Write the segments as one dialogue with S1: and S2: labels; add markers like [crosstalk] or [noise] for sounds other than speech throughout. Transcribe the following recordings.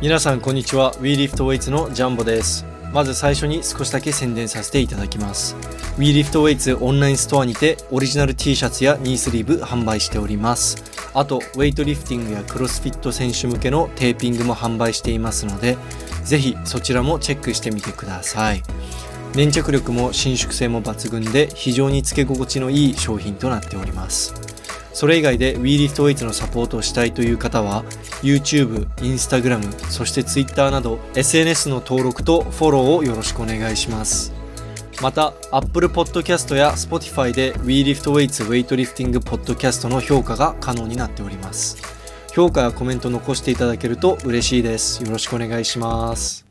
S1: 皆さんこんにちは WeLiftWeights のジャンボですまず最初に少しだけ宣伝させていただきます WeLiftWeights オンラインストアにてオリジナル T シャツやニースリーブ販売しておりますあとウェイトリフティングやクロスフィット選手向けのテーピングも販売していますのでぜひそちらもチェックしてみてください粘着力も伸縮性も抜群で非常につけ心地のいい商品となっておりますそれ以外で WeLiftWeights のサポートをしたいという方は YouTube、Instagram、そして Twitter など SNS の登録とフォローをよろしくお願いしますまた Apple Podcast や Spotify で WeLiftWeights ウェイトリフティングポッドキャストの評価が可能になっております評価やコメント残していただけると嬉しいですよろしくお願いします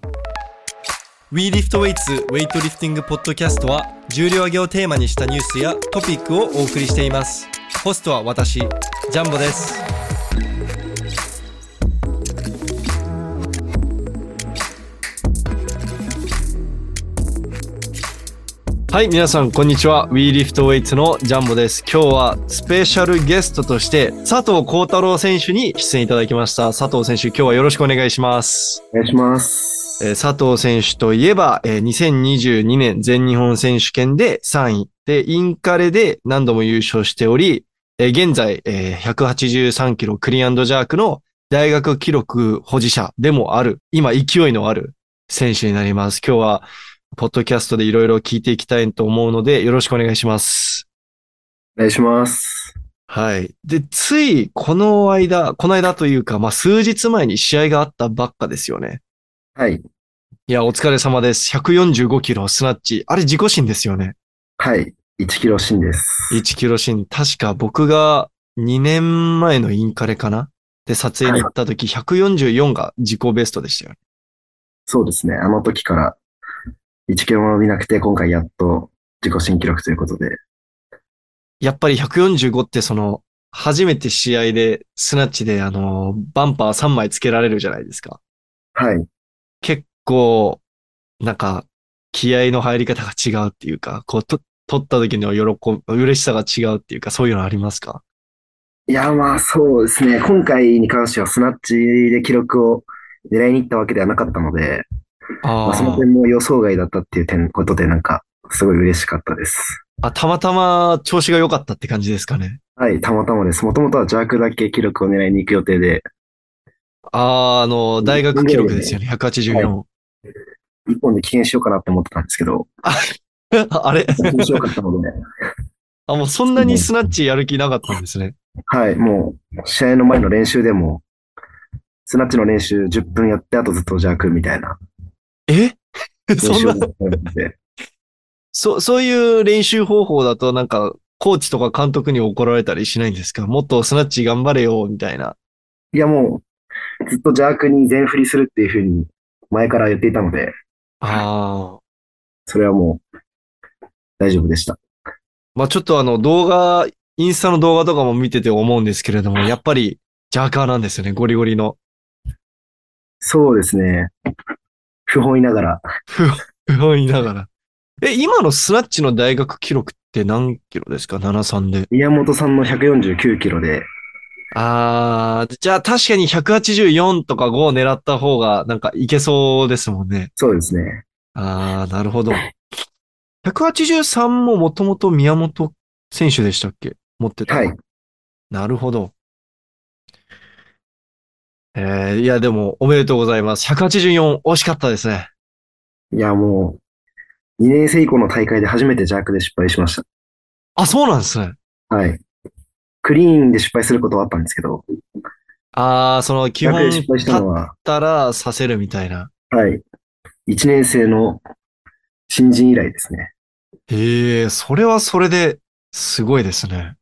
S1: WeLiftWeights ウェイトリフティングポッドキャストは重量挙げをテーマにしたニュースやトピックをお送りしていますホストは私ジャンボですはい皆さんこんにちは WeLiftWeights のジャンボです今日はスペシャルゲストとして佐藤幸太郎選手に出演いただきました佐藤選手今日はよろしくお願いします
S2: お願いします。
S1: えー佐藤選手といえば、えー2022年全日本選手権で3位。で、インカレで何度も優勝しており、えー現在、えー183キロクリーンジャークの大学記録保持者でもある、今勢いのある選手になります。今日は、ポッドキャストでいろいろ聞いていきたいと思うので、よろしくお願いします。
S2: お願いします。
S1: はい。で、つい、この間、この間というか、まあ、数日前に試合があったばっかですよね。
S2: はい。
S1: いや、お疲れ様です。145キロスナッチ。あれ自己新ですよね。
S2: はい。1キロ芯です。
S1: 1キロ新。確か僕が2年前のインカレかなで撮影に行った時、144が自己ベストでしたよね。
S2: そうですね。あの時から1キロも伸びなくて、今回やっと自己新記録ということで。
S1: やっぱり145ってその、初めて試合でスナッチであの、バンパー3枚つけられるじゃないですか。
S2: はい。
S1: 結構、なんか、気合の入り方が違うっていうか、こう、と、取った時の喜ぶ、嬉しさが違うっていうか、そういうのありますか
S2: いや、まあそうですね。今回に関してはスナッチで記録を狙いに行ったわけではなかったので、ま
S1: あ
S2: あ、その
S1: ー
S2: 点も予想外だったっていう点ことで、なんか、すごい嬉しかったです。
S1: あ、たまたま調子が良かったって感じですかね。
S2: はい。たまたまです。もともとはジャークだけ記録を狙いに行く予定で、
S1: ああ、あの、大学記録ですよね、184。
S2: 1本で棄権しようかなって思ってたんですけど、 [laughs]
S1: [laughs] あれ
S2: 棄権しようかったので、
S1: あ、もうそんなにスナッチやる気なかったんですね。
S2: はい、もう、試合の前の練習でも、スナッチの練習10分やって、あとずっとジャークみたいな
S1: え
S2: 練
S1: [laughs] そん
S2: 習を
S1: な、
S2: ずっとやってて、
S1: そ、そういう練習方法だとなんか、コーチとか監督に怒られたりしないんですかもっとスナッチ頑張れよ、みたいな。
S2: いやもう、ずっとジャークに全振りするっていうふうに、前から言っていたので、
S1: ああ。
S2: それはもう、大丈夫でした。
S1: まあちょっとあの、動画、インスタの動画とかも見てて思うんですけれども、やっぱり、ジャーカーなんですよね、ゴリゴリの。
S2: そうですね。不本意ながら、
S1: 不本意ながら。え、今のスナッチの大学記録って何キロですか ?73 で。
S2: 宮本さんの149キロで、
S1: あー、じゃあ確かに184とか5を狙った方がなんかいけそうですもんね。
S2: そうですね。
S1: あー、なるほど。183ももともと宮本選手でしたっけ持ってた。
S2: はい。
S1: なるほど。えー、いやでもおめでとうございます。184惜しかったですね。
S2: いやもう、2年生以降の大会で初めてジャークで失敗しまし
S1: あ、そうなんですね。
S2: た。はい。クリーンで失敗することはあったんですけど、
S1: あー、その基
S2: ジャーク
S1: 本
S2: で失敗し
S1: 立
S2: たの
S1: っ
S2: は、
S1: たらさせるみたいな。
S2: はい。1年生の新人以来ですね。
S1: へえ、それはそれですごいですね。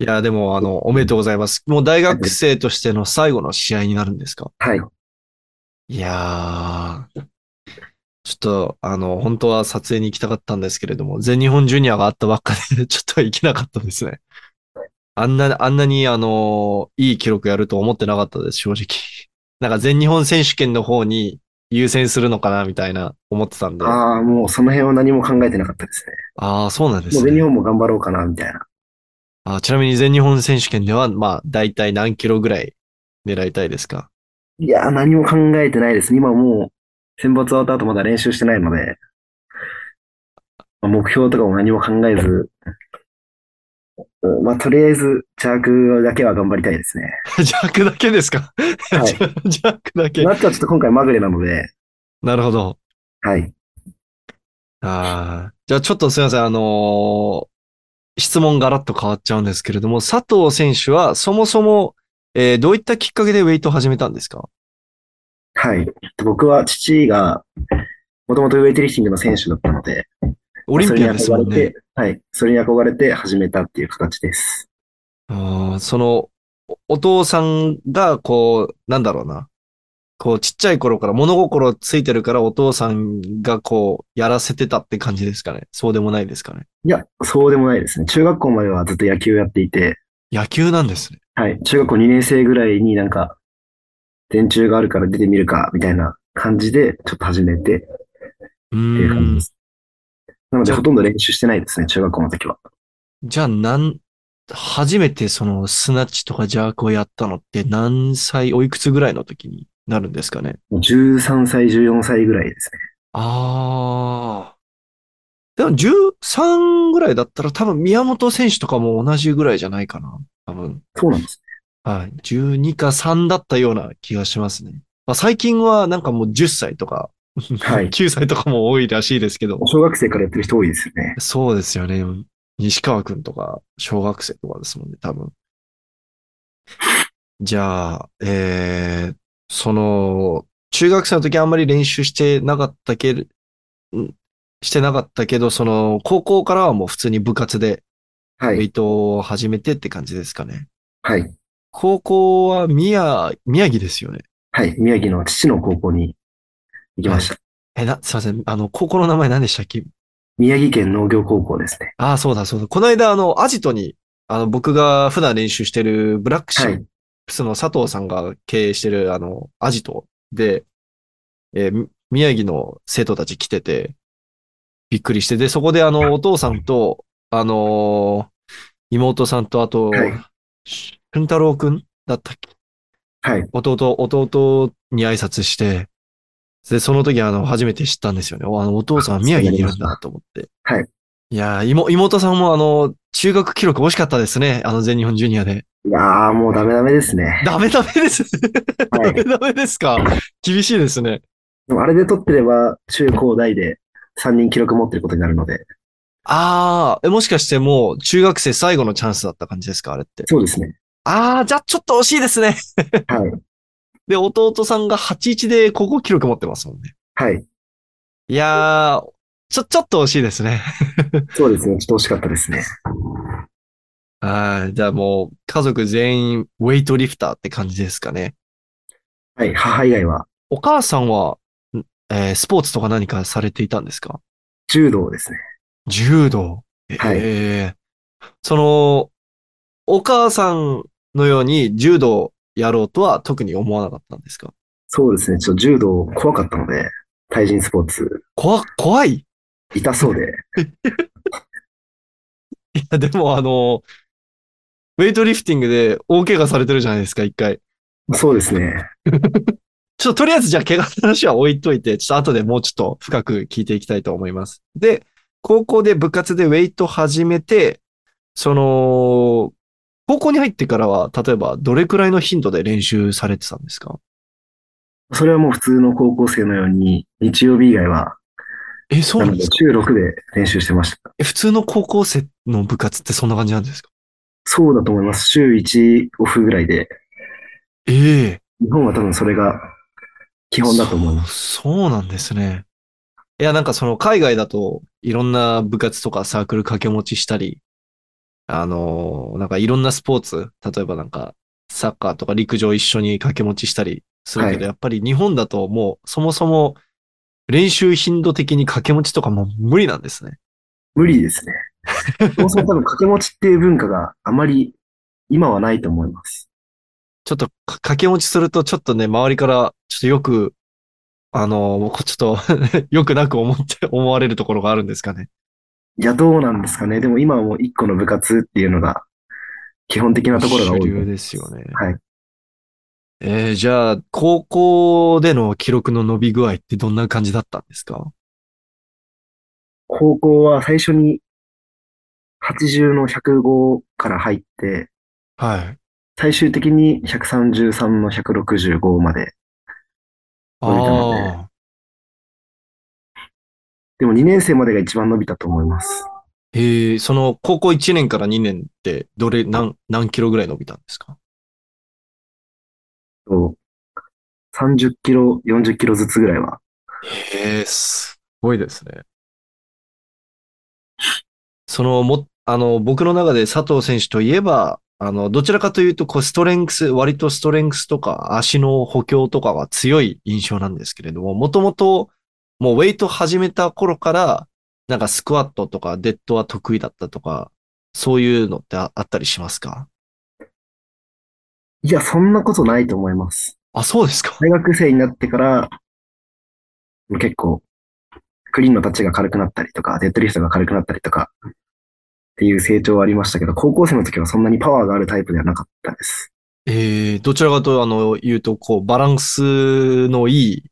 S1: いや、でも、あの、おめでとうございます。もう大学生としての最後の試合になるんですか
S2: はい。
S1: いやー、ちょっと、あの、本当は撮影に行きたかったんですけれども、全日本ジュニアがあったばっかで、 [laughs] ちょっと行けなかったですね。あんな、あんなに、あの、いい記録やると思ってなかったです、正直。なんか全日本選手権の方に優先するのかな、みたいな、思ってたんで。あ
S2: ああ、もうその辺は何も考えてなかったですね。
S1: あー、そうなんです
S2: もう
S1: ね
S2: 全日。本も頑張ろうかな、みたいな。
S1: あ、ちなみに全日本選手権では、まあ、大体何キロぐらい狙いたいですか [laughs]
S2: いやー、何も考えてないですね。今もう、選抜終わった後まだ練習してないので、まあ目標とかも何も考えず、うんまあ、とりあえず、チャークだけは頑張りたいですね。
S1: ジャックだけですか、
S2: はい
S1: ジャ [laughs] ジャックだけ。
S2: ナッチはちょっと今回まぐれなので、
S1: なるほど。
S2: はい。
S1: ああ。じゃあちょっとすいません。あのー質問ガラッと変わっちゃうんですけれども、佐藤選手はそもそも、えーどういったきっかけでウェイトを始めたんですか
S2: はい。僕は父が、もともとウェイトリフティングの選手だったので、
S1: オリンピアンです
S2: それ
S1: も
S2: に
S1: ん
S2: 憧
S1: ね
S2: れ。て、はい。それに憧れて始めたっていう形です。
S1: あーその、おお父さんが、こう、なんだろうな。こう、ちっちゃい頃から物心ついてるからお父さんがこう、やらせてたって感じですかね。そうでもないですかね。
S2: いや、そうでもないですね。中学校まではずっと野球やっていて、
S1: 野球なんですね。
S2: はい。中学校2年生ぐらいになんか、電柱があるから出てみるか、みたいな感じで、ちょっと始めてって
S1: う
S2: いう感じ
S1: ーん
S2: で。す。なの
S1: じ
S2: で、
S1: ゃあ
S2: ほとんど練習してないですね、中学校の時は。
S1: じゃあ、なん、初めてそのスナッチとかジャークをやったのって何歳、おいくつぐらいの時になるんですかね。
S2: もう13歳、14歳ぐらいですね。
S1: ああ。でも13ぐらいだったら多分宮本選手とかも同じぐらいじゃないかな。多分。
S2: そうなんです。
S1: はい。12か3だったような気がしますね。まあ、最近はなんかもう10歳とか、
S2: はい
S1: 9歳とかも多いらしいですけど。
S2: 小学生からやってる人多いですよね。
S1: そうですよね。西川くんとか、小学生とかですもんね、多分。じゃあ、えー、その、中学生の時あんまり練習してなかったけど、んしてなかったけど、その、高校からはもう普通に部活で、
S2: は
S1: ウェ
S2: い。
S1: イトを始めてって感じですかね。
S2: はい。
S1: 高校は宮、宮城ですよね。
S2: はい。宮城の父の高校に行きました。
S1: え、な、すいません。あの、高校の名前何でしたっけ
S2: 宮城県農業高校ですね。
S1: ああ、そうだ、そうだ。この間、あの、アジトに、あの、僕が普段練習してるブラックシ
S2: は
S1: ッ
S2: い。
S1: プスの佐藤さんが経営してる、あの、アジトで、えーみ宮城の生徒たち来てて、びっくりして、で、そこで、あの、お父さんと、あのー妹さんと、あと、
S2: はい
S1: し俊太郎くんだったっけ
S2: はい。
S1: 弟、弟に挨拶して、で、その時あの、初めて知ったんですよね。おあの、お父さんは宮城にいるんだと思って。
S2: はい。
S1: いやー、妹、妹さんもあの、中学記録惜しかったですね。あの、全日本ジュニアで。
S2: いやー、もうダメダメですね。
S1: ダメダメです。ダ
S2: はい
S1: メダメですか。厳しいですね。
S2: でもあれで取ってれば、中高大で3人記録持ってることになるので。
S1: あー、えもしかしてもう、中学生最後のチャンスだった感じですかあれって。
S2: そうですね。
S1: あー、じゃあちょっと惜しいですね。
S2: はい。
S1: で、弟さんが81で高校記録持ってますもんね。
S2: はい。
S1: いやー、ちょ、ちょっと惜しいですね。
S2: そうですね。ちょっと惜しかったですね。
S1: はい。じゃあもう、家族全員、ウェイトリフターって感じですかね。
S2: はい。母以外は、
S1: お母さんは、んえースポーツとか何かされていたんですか
S2: 柔道ですね。
S1: 柔道。え
S2: はい
S1: えーその、お母さんのように柔道やろうとは特に思わなかったんですか
S2: そうですね。ちょっと柔道怖かったので、対人スポーツ、
S1: 怖、怖いい
S2: 痛そうで。
S1: や、でもあの、ウェイトリフティングで大怪我されてるじゃないですか、一回。
S2: そうですね。
S1: ちょっととりあえずじゃあ怪我の話は置いといて、ちょっと後でもうちょっと深く聞いていきたいと思います。で、高校で部活でウェイト始めて、その、高校に入ってからは、例えばどれくらいの頻度で練習されてたんですか
S2: それはもう普通の高校生のように、日曜日以外は、
S1: え、そう
S2: な
S1: なん
S2: の
S1: で
S2: です
S1: か
S2: 週6で練習してました。
S1: え普通の高校生の部活ってそんな感じなんですか
S2: そうだと思います。週1オフぐらいで、
S1: ええ
S2: 日本は多分それが基本だと思います。
S1: そうそうなんですね。いや、なんかその海外だといろんな部活とかサークル掛け持ちしたり、あのーなんかいろんなスポーツ、例えばなんかサッカーとか陸上一緒に掛け持ちしたりするけど、
S2: はい
S1: やっぱり日本だともうそもそも練習頻度的に掛け持ちとかも無理なんですね。
S2: 無理ですね。そもそも多分掛け持ちっていう文化があまり今はないと思います。
S1: ちょっとか掛け持ちするとちょっとね、周りからちょっとよく、あのーもうこちょっと [laughs] よくなく思って、思われるところがあるんですかね。
S2: いや、どうなんですかね。でも今はもう一個の部活っていうのが基本的なところが多
S1: 主
S2: い。
S1: 流ですよね。
S2: はい。
S1: えーじゃあ、高校での記録の伸び具合ってどんな感じだったんですか
S2: 高校は最初に80の105から入って、
S1: はい。
S2: 最終的に133の165まで。伸びたので
S1: ああ。
S2: でも2年生までが一番伸びたと思います。
S1: ええその、高校1年から2年って、どれ、何、何キロぐらい伸びたんですか
S2: と30キロ、40キロずつぐらいは。
S1: ええすごいですね。その、も、あの、僕の中で佐藤選手といえば、あの、どちらかというと、こう、ストレングス、割とストレングスとか、足の補強とかが強い印象なんですけれども、もともと、もうウェイト始めた頃から、なんかスクワットとかデッドは得意だったとか、そういうのってああったりしますか
S2: いや、そんなことないと思います。
S1: あ、そうですか。
S2: 大学生になってから、結構、クリーンのタッチが軽くなったりとか、デッドリフトが軽くなったりとか、っていう成長はありましたけど、高校生の時はそんなにパワーがあるタイプではなかったです。
S1: ええどちらかというと、あの、言うと、こう、バランスのいい、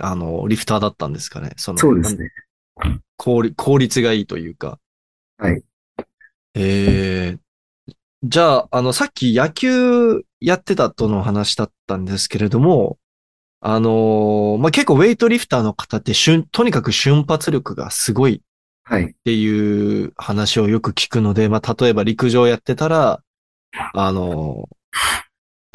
S1: あの、リフターだったんですかね。その、
S2: そうですね。
S1: 効率、効率がいいというか。
S2: はい。
S1: ええじゃあ、あの、さっき野球やってたとの話だったんですけれども、あのーまあ、結構ウェイトリフターの方って瞬、とにかく瞬発力がすごい
S2: はい。
S1: っていう話をよく聞くので、まあ、例えば陸上やってたら、あの、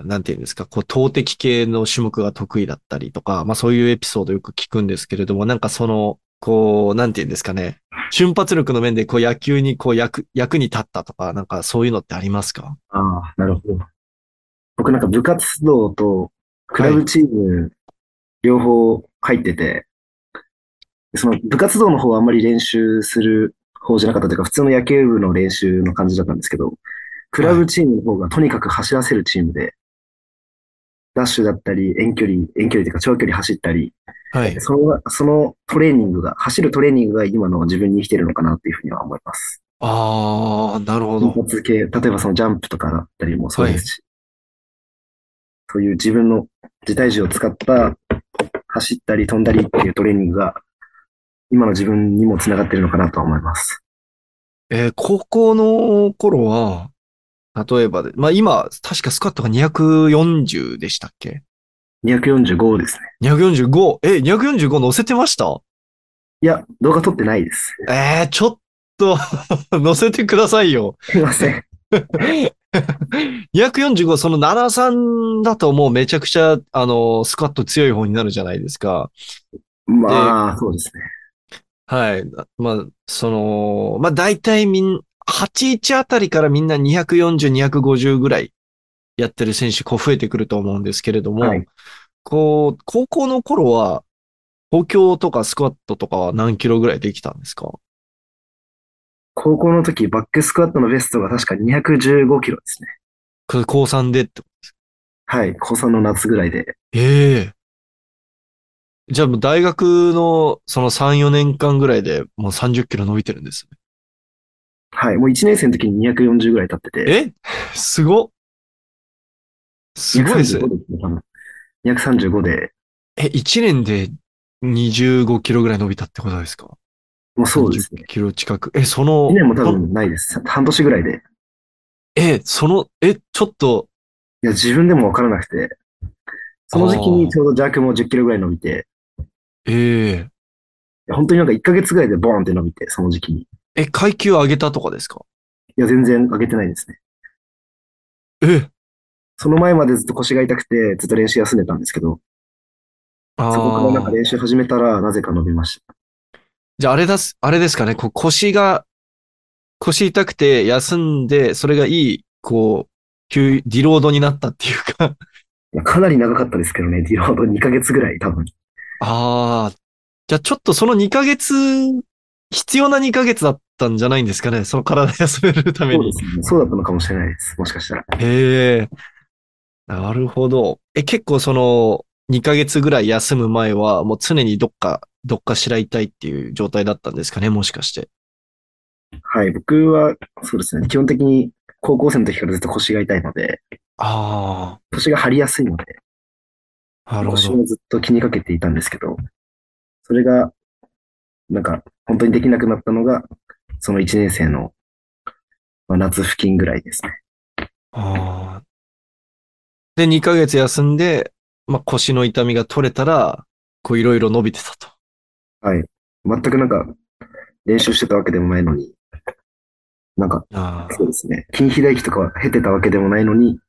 S1: なんていうんですか、こう、投擲系の種目が得意だったりとか、まあ、そういうエピソードよく聞くんですけれども、なんかその、こう、なんていうんですかね、瞬発力の面で、こう、野球に、こう、役、役に立ったとか、なんかそういうのってありますか
S2: ああ、なるほど。僕なんか部活動とクラブチーム両方入ってて、その部活動の方はあんまり練習する方じゃなかったというか、普通の野球部の練習の感じだったんですけど、クラブチームの方がとにかく走らせるチームで、ダッシュだったり、遠距離、遠距離というか長距離走ったり、
S1: はい。
S2: その、そのトレーニングが、走るトレーニングが今の自分に生きてるのかなっていうふうには思います。
S1: ああ、なるほど。
S2: 瞬発系、例えばそのジャンプとかだったりもそうですし、そういう自分の自体重を使った走ったり飛んだりっていうトレーニングが、今の自分にもつながってるのかなとは思います。
S1: えー高校の頃は、例えばで、まあ、今、確かスクワットが240でしたっけ
S2: 245ですね。
S1: 245? え、245乗せてました
S2: いや、動画撮ってないです。 [laughs]
S1: えー、ちょっと、 [laughs] 乗せてくださいよ。 [laughs]
S2: すいません。
S1: 245、その73だともうめちゃくちゃ、あの、スクワット強い方になるじゃないですか。
S2: まあ、そうですね。
S1: はい。まあ、その、まあ大体みん、81あたりからみんな240、250ぐらいやってる選手、こう増えてくると思うんですけれども、
S2: はい
S1: こう、高校の頃は、補強とかスクワットとかは何キロぐらいできたんですか
S2: 高校の時、バックスクワットのベストが確か215キロですね。
S1: こ高3でって
S2: はい。高3の夏ぐらいで。
S1: ええ。じゃあもう大学のその3、4年間ぐらいでもう30キロ伸びてるんですね。
S2: はい。もう1年生の時に240ぐらい経ってて。
S1: えすごっすごいですね
S2: 235。ですね、多分。235で。
S1: え、1年で25キロぐらい伸びたってことですか
S2: もうそうですね。
S1: 30キロ近く。え、その、
S2: 2年も多
S1: この
S2: 分ないです。半年ぐらいで。
S1: え、その、え、ちょっと、
S2: いや、自分でも分からなくて。その時期にちょうどジャークも10キロぐらい伸びて、
S1: ええ。
S2: いや本当になんか1ヶ月ぐらいでボーンって伸びて、その時期に。い
S1: え、階級上げたとかですか
S2: や、全然上げてないですね。
S1: え、
S2: その前までずっと腰が痛くて、ずっと練習休んでたんですけど、
S1: あ
S2: そこからなんか
S1: ー
S2: 練習始めたら、なぜか伸びまし
S1: じゃああれだす、あれですかね、こう腰が、腰痛くて休んで、それがいい、こう、急、ディロードになったっていうか
S2: た。いやかなり長かったですけどね、ディロード2ヶ月ぐらい多分。
S1: [laughs] ああ、じゃあちょっとその2ヶ月、必要な2ヶ月だったんじゃないんですかね、その体休めるため
S2: そうで
S1: に。
S2: すね。そうだったのかもしれないです。もしかしたら。
S1: へえ、なるほど。え、結構その、2ヶ月ぐらい休む前は、もう常にどっか、どっかしら痛いっていう状態だったんですかね、もしかして。
S2: はい、僕は、そうですね。基本的に高校生の時からずっと腰が痛いので、
S1: ああ。
S2: 腰が張りやすいので、
S1: なるほ
S2: 腰
S1: ど。
S2: をずっと気にかけていたんですけど、それが、なんか、本当にできなくなったのが、その1年生の、まあ、夏付近ぐらいですね。
S1: あーで、2ヶ月休んで、まあ、腰の痛みが取れたら、こういろいろ伸びてたと。
S2: はい。全くなんか、練習してたわけでもないのに、なんか、
S1: あー
S2: そうですね。筋肥大期とかは経てたわけでもないのに、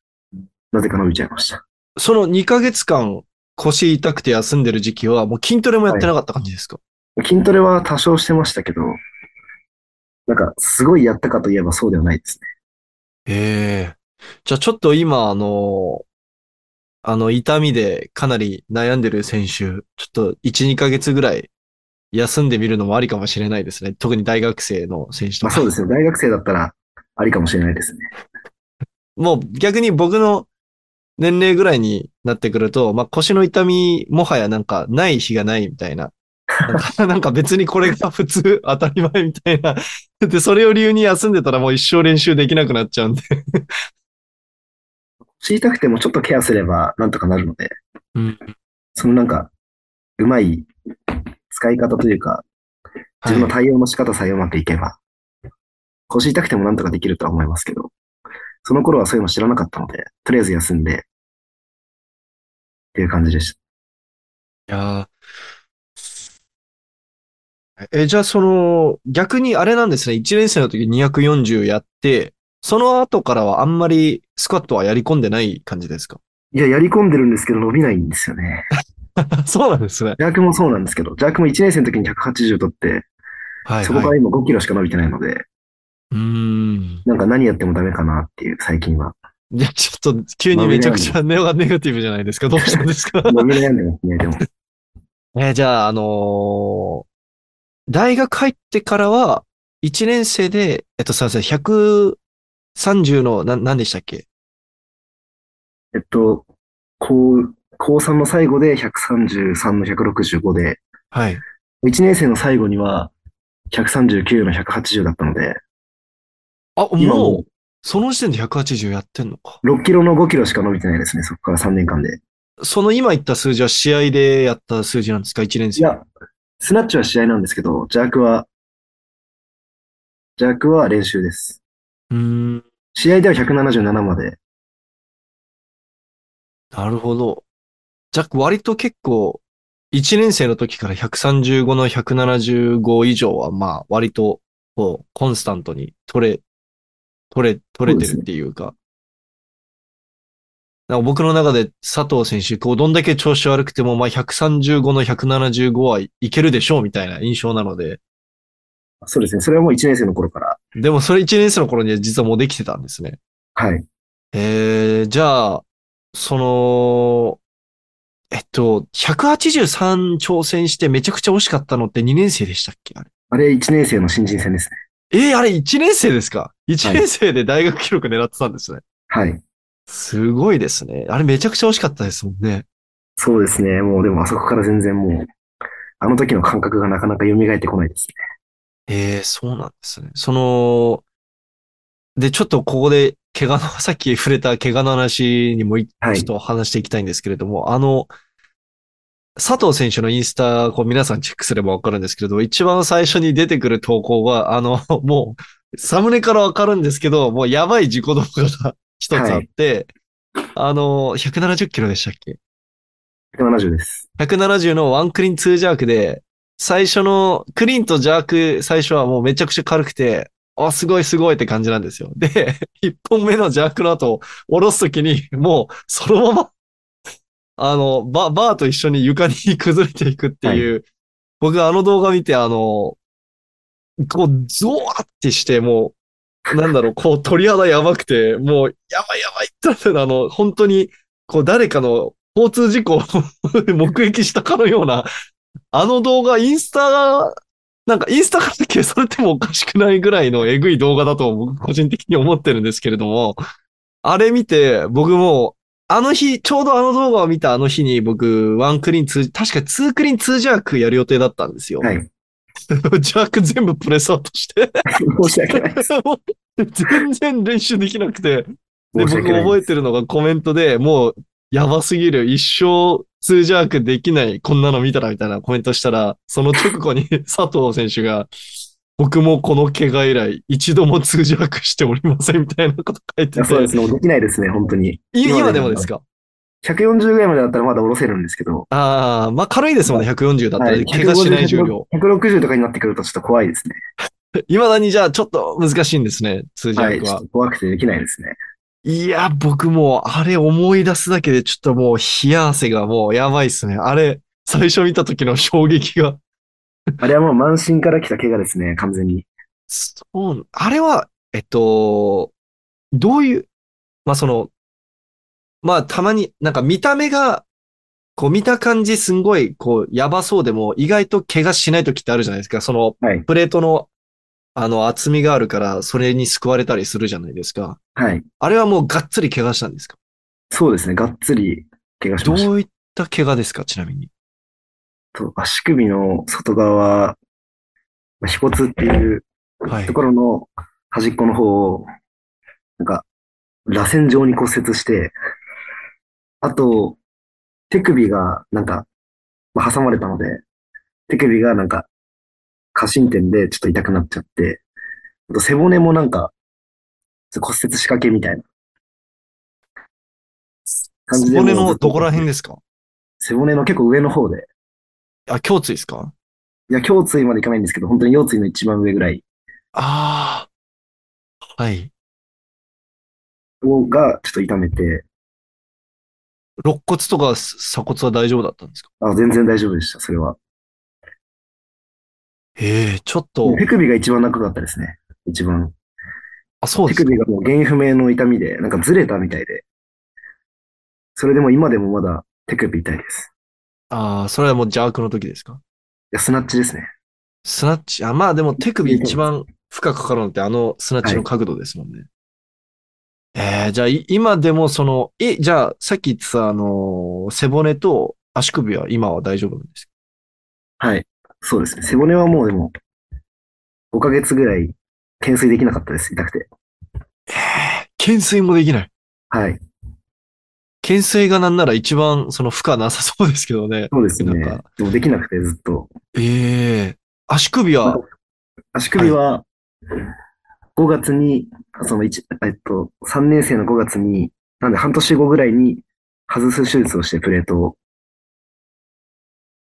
S2: なぜか伸びちゃいました。
S1: その2ヶ月間、腰痛くて休んでる時期は、もう筋トレもやってなかった感じですか、
S2: 筋トレは多少してましたけど、なんか、すごいやったかといえばそうではないですね。
S1: ええじゃあちょっと今、あの、あの、痛みでかなり悩んでる選手、ちょっと1、2ヶ月ぐらい休んでみるのもありかもしれないですね。特に大学生の選手と
S2: まあ
S1: か。
S2: そうですね。大学生だったら、ありかもしれないですね。
S1: もう逆に僕の年齢ぐらいになってくると、まあ、腰の痛み、もはやなんかない日がないみたいな。なんか [laughs] なんか別にこれが普通、当たり前みたいな。 [laughs] で、それを理由に休んでたらもう一生練習できなくなっちゃうんで。
S2: 知りたくてもちょっとケアすればなんとかなるので、
S1: うん
S2: そのなんか、うまい使い方というか、自分の対応の仕方さえうまくいけば、腰痛くてもなんとかできるとは思いますけど、その頃はそういうの知らなかったので、とりあえず休んで、っていう感じでした。
S1: いやーえ、じゃあその、逆にあれなんですね。1年生の時240やって、その後からはあんまりスクワットはやり込んでない感じ [laughs] ですか
S2: いや、やり込んでるんですけど伸びないんですよね。
S1: そうなんですね。
S2: ジャークもそうなんですけど、ジャークも1年生の時に180取って、
S1: はい、
S2: そこか
S1: は
S2: ら
S1: い。
S2: 今5キロしか伸びてないので、
S1: うーん。
S2: なんか何やってもダメかなっていう、最近は。
S1: いや、ちょっと急にめちゃくちゃネガネガティブじゃないですか。どうしたんですか
S2: 伸び悩んでますね、でも。
S1: [laughs] え、じゃあ、あのー大学入ってからは、1年生で、えっと、すいません、130の、な、何でしたっけ
S2: えっと、高、高3の最後で133の165で、
S1: はい。
S2: 1年生の最後には139の180だったので、
S1: あ、
S2: 今
S1: もう
S2: も、
S1: その時点で180やってんのか。
S2: う6キロの5キロしか伸びてないですね、そこから3年間で。
S1: その今言った数字は試合でやった数字なんですか ?1 年
S2: い
S1: 生。
S2: や、スナッチは試合なんですけど、ジャークは、ジャークは練習です。
S1: うーん、
S2: 試合では177まで、
S1: なるほど。じゃあ、割と結構、1年生の時から135の175以上は、まあ、割と、こう、コンスタントに取れ、取れ、取れてるっていうか。なんか僕の中で佐藤選手、こう、どんだけ調子悪くても、まあ、135の175はいけるでしょうみたいな印象なので、
S2: そうですね、それはもう1年生の頃から、
S1: でもそれ1年生の頃には実はもうできてたんですね。
S2: はい。
S1: えー、じゃあ、その、えっと、183挑戦してめちゃくちゃ惜しかったのって2年生でしたっけあれ。
S2: あれ1年生の新人戦ですね。
S1: えー、あれ1年生ですか ?1 年生で大学記録狙ってたんですね。
S2: はい。
S1: すごいですね。あれめちゃくちゃ惜しかったですもんね。
S2: そうですね、もうでもあそこから全然もう、あの時の感覚がなかなか蘇ってこないですね。
S1: えー、そうなんですね。その、で、ちょっとここで、怪我の、 [laughs] さっき触れた怪我の話にもい
S2: はい
S1: ちょっと話していきたいんですけれども、あの、佐藤選手のインスタ、こう皆さんチェックすればわかるんですけれど、一番最初に出てくる投稿は、あの、 [laughs] もう、サムネからわかるんですけど、もうやばい事故動画が一つあって、あの、170キロでしたっけ
S2: 170です。
S1: 170のワンクリーンツージャークで、最初のクリーンとジャーク最初はもうめちゃくちゃ軽くて、あ、すごいすごいって感じなんですよ。で、1本 [laughs] 目のジャークの後、下ろすときに、もうそのまま、 [laughs] あの、ババーと一緒に床に [laughs] 崩れていくっていう、僕あの動画見て、あの、こう、ゾワーってして、もう、なんだろう、こう、鳥肌やばくて、もう、やばいやばいってなってあの、本当に、こう、誰かの交通事故を [laughs] 目撃したかのような、あの動画、インスタが、なんかインスタから消されてもおかしくないぐらいのえぐい動画だと僕個人的に思ってるんですけれども、あれ見て僕も、あの日、ちょうどあの動画を見たあの日に僕、ワンクリーン2、確かツークリーン2ジャークやる予定だったんですよ。
S2: はい。
S1: [laughs] ジャーク全部プレスアウトして、
S2: [laughs] 申し訳ない。
S1: もう全然練習できなくて、で、
S2: 申
S1: 僕
S2: し訳ない。
S1: 覚えてるのがコメントで、もう、やばすぎる。一生、数字枠できない、こんなの見たらみたいなコメントしたら、その直後に [laughs] 佐藤選手が、僕もこの怪我以来、一度も通じ枠しておりませんみたいなこと書いて
S2: やそうで
S1: て、
S2: すね。できないですね、本当に。
S1: い
S2: 今
S1: 今
S2: ま
S1: で
S2: で
S1: も
S2: も
S1: ですか
S2: 140ぐらいまでだったらまだ下ろせるんですけど、
S1: ああ、まあ軽いですもんね、140だったら、
S2: はい
S1: 怪我しない重量。
S2: 160とかになってくるとちょっと怖いですね。
S1: いまだにじゃあちょっと難しいんですね、通じ
S2: は
S1: 枠
S2: い。ちょ
S1: は
S2: っ。と怖くてできないですね。
S1: いや、僕もう、あれ思い出すだけでちょっともう冷や汗がもうやばいっすね。あれ、最初見た時の衝撃が。
S2: あれはもう満身から来た怪我ですね、完全に。
S1: そう、あれは、えっと、どういう、まあその、まあたまになんか見た目が、こう見た感じすんごい、こうやばそうでも意外と怪我しない時ってあるじゃないですか。その
S2: はい。
S1: プレートのあの厚みがあるからそれに救われたりするじゃないですか。
S2: はい。
S1: あれはもうがっつり怪我したんですか
S2: そうですね、がっつり怪我し
S1: ど
S2: ました。
S1: ういった怪我ですかちなみに。
S2: と足首の外側、まあ腓骨っていう
S1: はい
S2: と。ころの端っこの方を、なんか、螺旋状に骨折して、あと、手首が、なんか、まあ、挟まれたので、手首がなんか、過伸点でちょっと痛くなっちゃって、あと背骨もなんか、骨折仕掛けみたいな感じでもう
S1: 骨のどこら辺ですか
S2: 背骨の結構上の方で、
S1: あ、胸椎ですか
S2: いや、胸椎までいかないんですけど、本当に腰椎の一番上ぐらい
S1: ああ。はい。
S2: をがちょっと痛めて、
S1: 肋骨とか鎖骨は大丈夫だったんですか
S2: あ、全然大丈夫でした、それは。
S1: ええちょっと、
S2: 手首が一番なくなったですね。一番。
S1: あ、そう
S2: 手
S1: ですか。
S2: 首がもう原因不明の痛みで、なんかずれたみたいで。それでも今でもまだ手首痛いです。
S1: ああ、それはもう邪悪の時ですか
S2: いや、スナッチですね。
S1: スナッチ、あ、まあでも手首一番負荷かかるのってあのスナッチの角度ですもんね。ええじゃあい今でもその、え、じゃあさっき言ってたあのー、背骨と足首は今は大丈夫なんですか
S2: はい。そうですね。背骨はもうでも、5ヶ月ぐらい、懸垂できなかったです。痛くて。
S1: 懸垂もできない。
S2: はい。
S1: 懸垂がなんなら一番その負荷なさそうですけどね。
S2: そうですね
S1: なんか。
S2: でもできなくて、ずっと。
S1: ええ足首は、
S2: 足首は、5月に、その一えっと、3年生の5月に、なんで半年後ぐらいに外す手術をして、プレートを。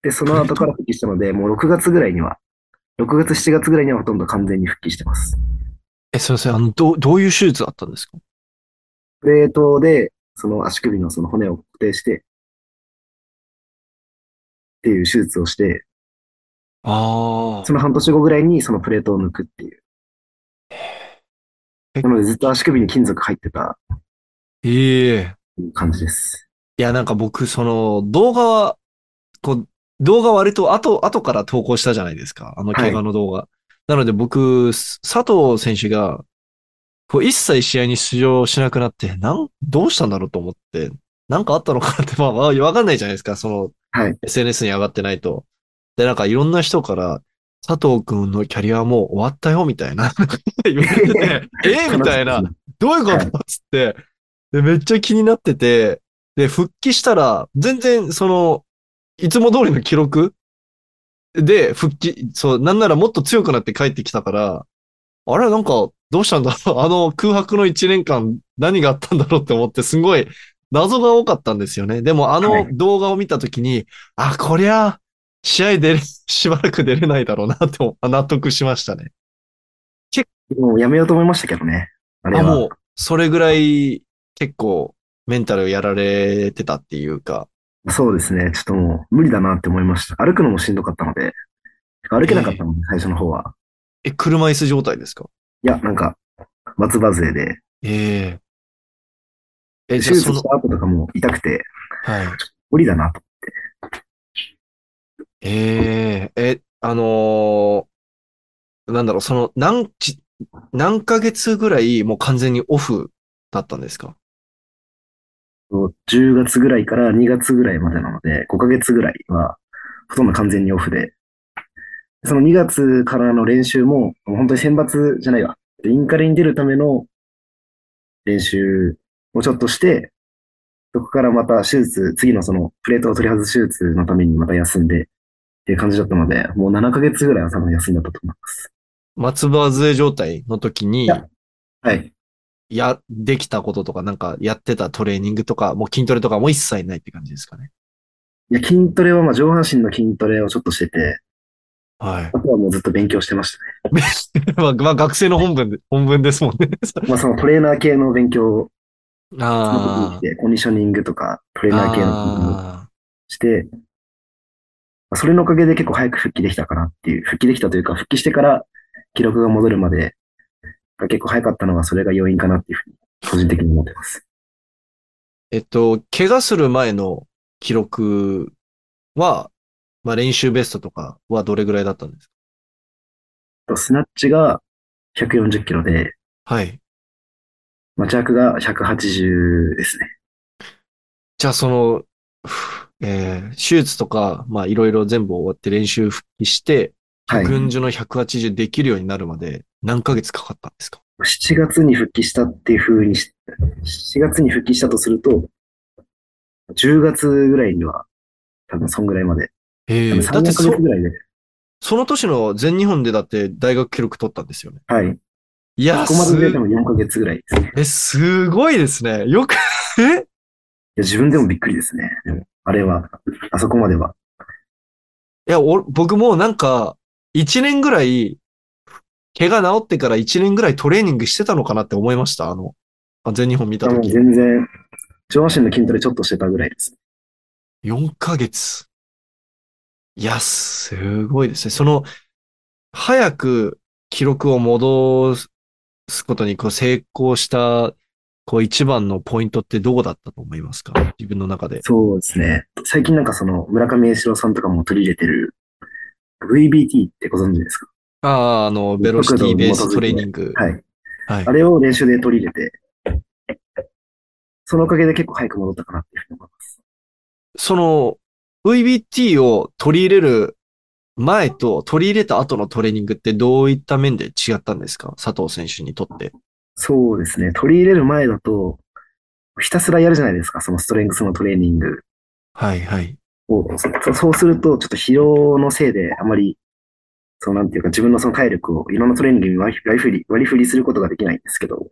S2: で、その後から復帰したので、もう6月ぐらいには、6月、7月ぐらいにはほとんど完全に復帰してます。
S1: え、すいません、あの、どう、どういう手術だったんですか
S2: プレートで、その足首のその骨を固定して、っていう手術をして、
S1: あ
S2: その半年後ぐらいにそのプレートを抜くっていう。なのでずっと足首に金属入ってた
S1: ええ。
S2: 感じです。
S1: いや、なんか僕、その、動画は、こう、動画割と後、後から投稿したじゃないですか。あの、
S2: はい
S1: 怪我の動画。なので僕、す佐藤選手が、こう、一切試合に出場しなくなって、なん、どうしたんだろうと思って、なんかあったのかなって、まあ、まあわかんないじゃないですか。その、
S2: はい。
S1: SNS に上がってないと。で、なんかいろんな人から、佐藤くんのキャリアはもう終わったよ、みたいな。言われて
S2: [laughs]
S1: て、えみたいな。。どういうこ
S2: は
S1: とっつって、で、めっちゃ気になってて、で、復帰したら、全然、その、いつも通りの記録で、復帰、そう、なんならもっと強くなって帰ってきたから、あれ、なんか、どうしたんだろう [laughs] あの空白の1年間、何があったんだろうって思って、すごい、謎が多かったんですよね。でも、あ
S2: は
S1: の
S2: い
S1: 動画を見たときに、あ、こりゃ、試合出れ、 [laughs] しばらく出れないだろうなって、納得しましたね。
S2: もうやめようと思いましたけどね。あれ
S1: あ、
S2: は。
S1: もう、それぐらい結構メンタルやられてたっていうか。
S2: そうですね。ちょっともう無理だなって思いました。歩くのもしんどかったので。歩けなかったので、最初の方は。
S1: え、車椅子状態ですか
S2: いや、なんか、松葉杖で。
S1: えええ、
S2: 手
S1: じゃあ
S2: 術
S1: その
S2: し、た後とかも痛くて、
S1: はい。
S2: 無理だなと。
S1: えええ、あのーなんだろう、その、何ち、何ヶ月ぐらいもう完全にオフだったんですか
S2: 10月ぐらいから2月ぐらいまでなので、5ヶ月ぐらいは、ほとんど完全にオフで。その2月からの練習も、もう本当に選抜じゃないわ。インカレに出るための練習をちょっとして、そこからまた手術、次のそのプレートを取り外す手術のためにまた休んでっていう感じだったので、もう7ヶ月ぐらいは多分休んだったと思います。
S1: 松葉杖状態の時に、
S2: いやはい。
S1: や、できたこととか、なんかやってたトレーニングとか、もう筋トレとかも一切ないって感じですかね。
S2: いや、筋トレはまあ上半身の筋トレをちょっとしてて、
S1: はい。
S2: あとはもうずっと勉強してましたね。
S1: [laughs] まあ、まあ、学生の本文で、本文ですもんね。
S2: まあそのトレーナー系の勉強の時に
S1: あ
S2: して、コンディショニングとかトレ
S1: ー
S2: ーナー系の勉強を
S1: あ
S2: して、まあそれのおかげで結構早く復帰できたかなっていう、復帰できたというか、復帰してから記録が戻るまでが結構早かったのがそれが要因かなっていうふうに、個人的に思ってます。
S1: ー。えっと、怪我する前の記録は、まあ練習ベストとかはどれぐらいだったんですか
S2: とスナッチが140キロで、
S1: はい。
S2: マチャークが180ですね。
S1: じゃあその、ふえー手術とか、まあいろいろ全部終わって練習復帰して、
S2: はい。
S1: 軍需の180できるようになるまで何ヶ月かかったんですか
S2: 7月に復帰したっていうふうにし、7月に復帰したとすると、10月ぐらいには、多分そんぐらいまで。
S1: え
S2: 多分3、
S1: だって
S2: 4ヶ
S1: そ
S2: 月、ぐらいで。
S1: その年の全日本でだって大学記録取ったんですよね。
S2: はい。
S1: いや、
S2: ここまですででも4ヶ月ぐらいですね。
S1: え、すごいですね。よく、え
S2: いや、自分でもびっくりですね。でもあれは、あそこまでは。
S1: いや、お僕もうなんか、1年ぐらい、怪我治ってから1年ぐらいトレーニングしてたのかなって思いました。あの、あ全日本見た
S2: あの
S1: 時
S2: 全然、上半身の筋トレちょっとしてたぐらいです。
S1: 4ヶ月。いや、すごいですね。その、早く記録を戻すことにこう成功した、こう一番のポイントってどこだったと思いますか自分の中で。
S2: そうですね。最近なんかその、村上栄志郎さんとかも取り入れてる、VBT ってご存知ですか
S1: ああ、あの、ベロシティベーストレーニング。
S2: はい。
S1: はい
S2: あ。れを練習で取り入れて、そのおかげで結構早く戻ったかなっていうふうに思います。
S1: その、VBT を取り入れる前と取り入れた後のトレーニングってどういった面で違ったんですか佐藤選手にとって。
S2: そうですね。取り入れる前だと、ひたすらやるじゃないですか、そのストレングスのトレーニング
S1: はいはい。
S2: を。そそうすると、ちょっと疲労のせいで、あまり、そうなんていうか、自分のその体力をいろんなトレーニングに割り割り振り、割り振りすることができないんですけど、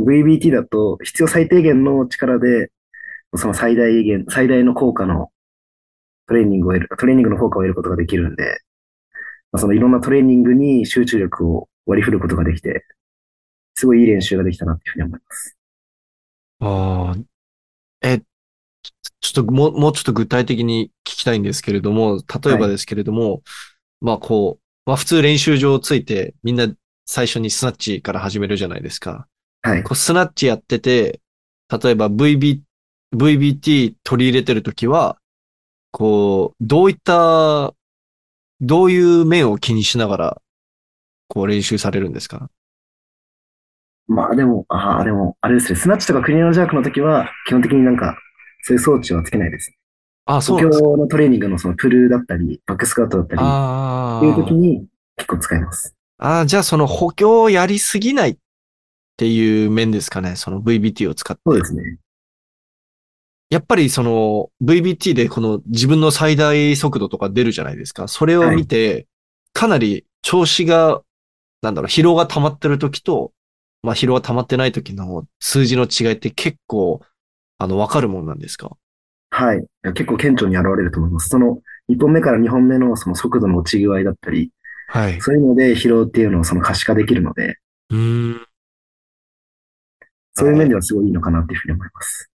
S2: VBT だと、必要最低限の力で、その最大限、最大の効果のトレーニングを得る、トレーニングの効果を得ることができるんで、まあ、そのいろんなトレーニングに集中力を割り振ることができて、すごいいい練習ができたなっていうふうに思います。
S1: ああ。え、ちちょっともう、もうちょっと具体的に聞きたいんですけれども、例えばですけれども、まあこう、まあ普通練習場をついて、みんな最初にスナッチから始めるじゃないですか。
S2: はい。
S1: こうスナッチやってて、例えば VB、VBT 取り入れてるときは、こう、どういった、どういう面を気にしながら、こう練習されるんですか
S2: まあでも、ああ、でも、あれですね、スナッチとかクリーンジャークの時は、基本的になんか、そういう装置はつけないです。
S1: あ、そうなん
S2: 補
S1: ですか。
S2: 強のトレーニングのそのプルだったり、バックスクワットだったり、
S1: あ
S2: っていう時に結構使います。
S1: ああ、じゃあその補強をやりすぎないっていう面ですかね。その VBT を使って。
S2: そうですね。
S1: やっぱりその VBT でこの自分の最大速度とか出るじゃないですか。それを見て、かなり調子が、なんだろう、疲労が溜まってる時と、まあ疲労が溜まってない時の数字の違いって結構、あの、わかるもんなんですか
S2: はい。いや結構顕著に現れると思います。その、1本目から2本目のその速度の落ち具合だったり、
S1: はい。
S2: そういうので疲労っていうのをその可視化できるので、
S1: うーん。
S2: そういう面ではすごいいいのかなっていうふうに思います。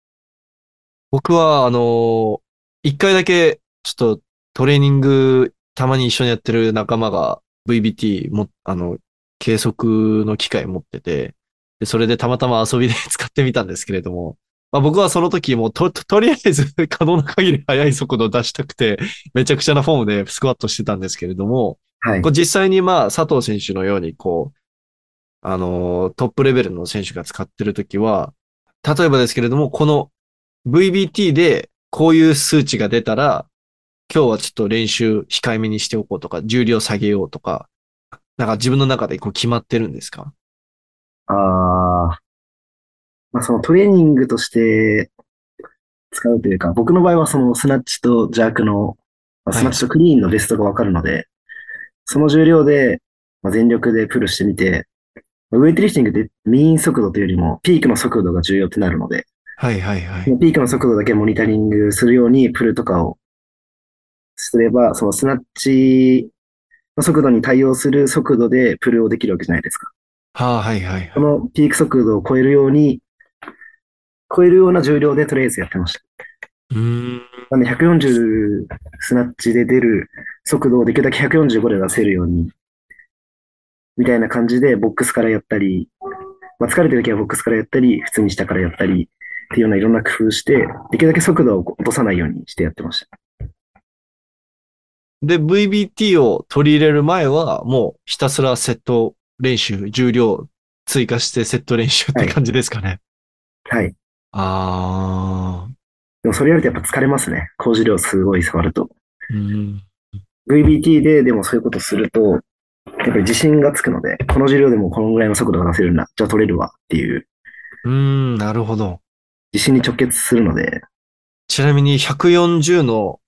S1: 僕は、あのー一回だけ、ちょっとトレーニング、たまに一緒にやってる仲間が VBT も、あの、計測の機械持ってて、で、それでたまたま遊びで使ってみたんですけれども、まあ僕はその時もうと、と、とりあえず [laughs] 可能な限り速い速度を出したくて、めちゃくちゃなフォームでスクワットしてたんですけれども、
S2: はい
S1: こ。う実際にまあ佐藤選手のようにこう、あのートップレベルの選手が使ってるときは、例えばですけれども、この VBT でこういう数値が出たら、今日はちょっと練習控えめにしておこうとか、重量下げようとか、なんか自分の中でこう決まってるんですか
S2: ああ、まあそのトレーニングとして、使うというか、僕の場合はそのスナッチとジャークの、ま
S1: は
S2: あ
S1: い
S2: スナッチとクリーンのベストがわかるので、その重量で、まあ、全力でプルしてみて、まあウェイトリフティングってメイン速度というよりもピークの速度が重要ってなるので、
S1: はいはいはい。
S2: ピークの速度だけモニタリングするようにプルとかをすれば、そのスナッチの速度に対応する速度でプルをできるわけじゃないですか。
S1: はあ、はいはい
S2: こ。のピーク速度を超えるように、超えるような重量でとりあえずやってました。
S1: うーん。
S2: なんで140スナッチで出る速度をできるだけ145で出せるように、みたいな感じでボックスからやったり、まあ、疲れてる時はボックスからやったり、普通に下からやったり、っていうようないろんな工夫して、できるだけ速度を落とさないようにしてやってました。
S1: で、VBT を取り入れる前は、もうひたすらセット練習、重量追加してセット練習って感じですかね。
S2: はい。
S1: あ
S2: でもそれやるとやっぱ疲れますね。工事量すごい触ると。
S1: ー。うん。
S2: VBT ででもそういうことすると、やっぱり自信がつくので、この重量でもこのぐらいの速度が出せるんだ。じゃあ取れるわっていう、
S1: うーん、なるほど。
S2: 自信に直結するので、
S1: ちなみに140の、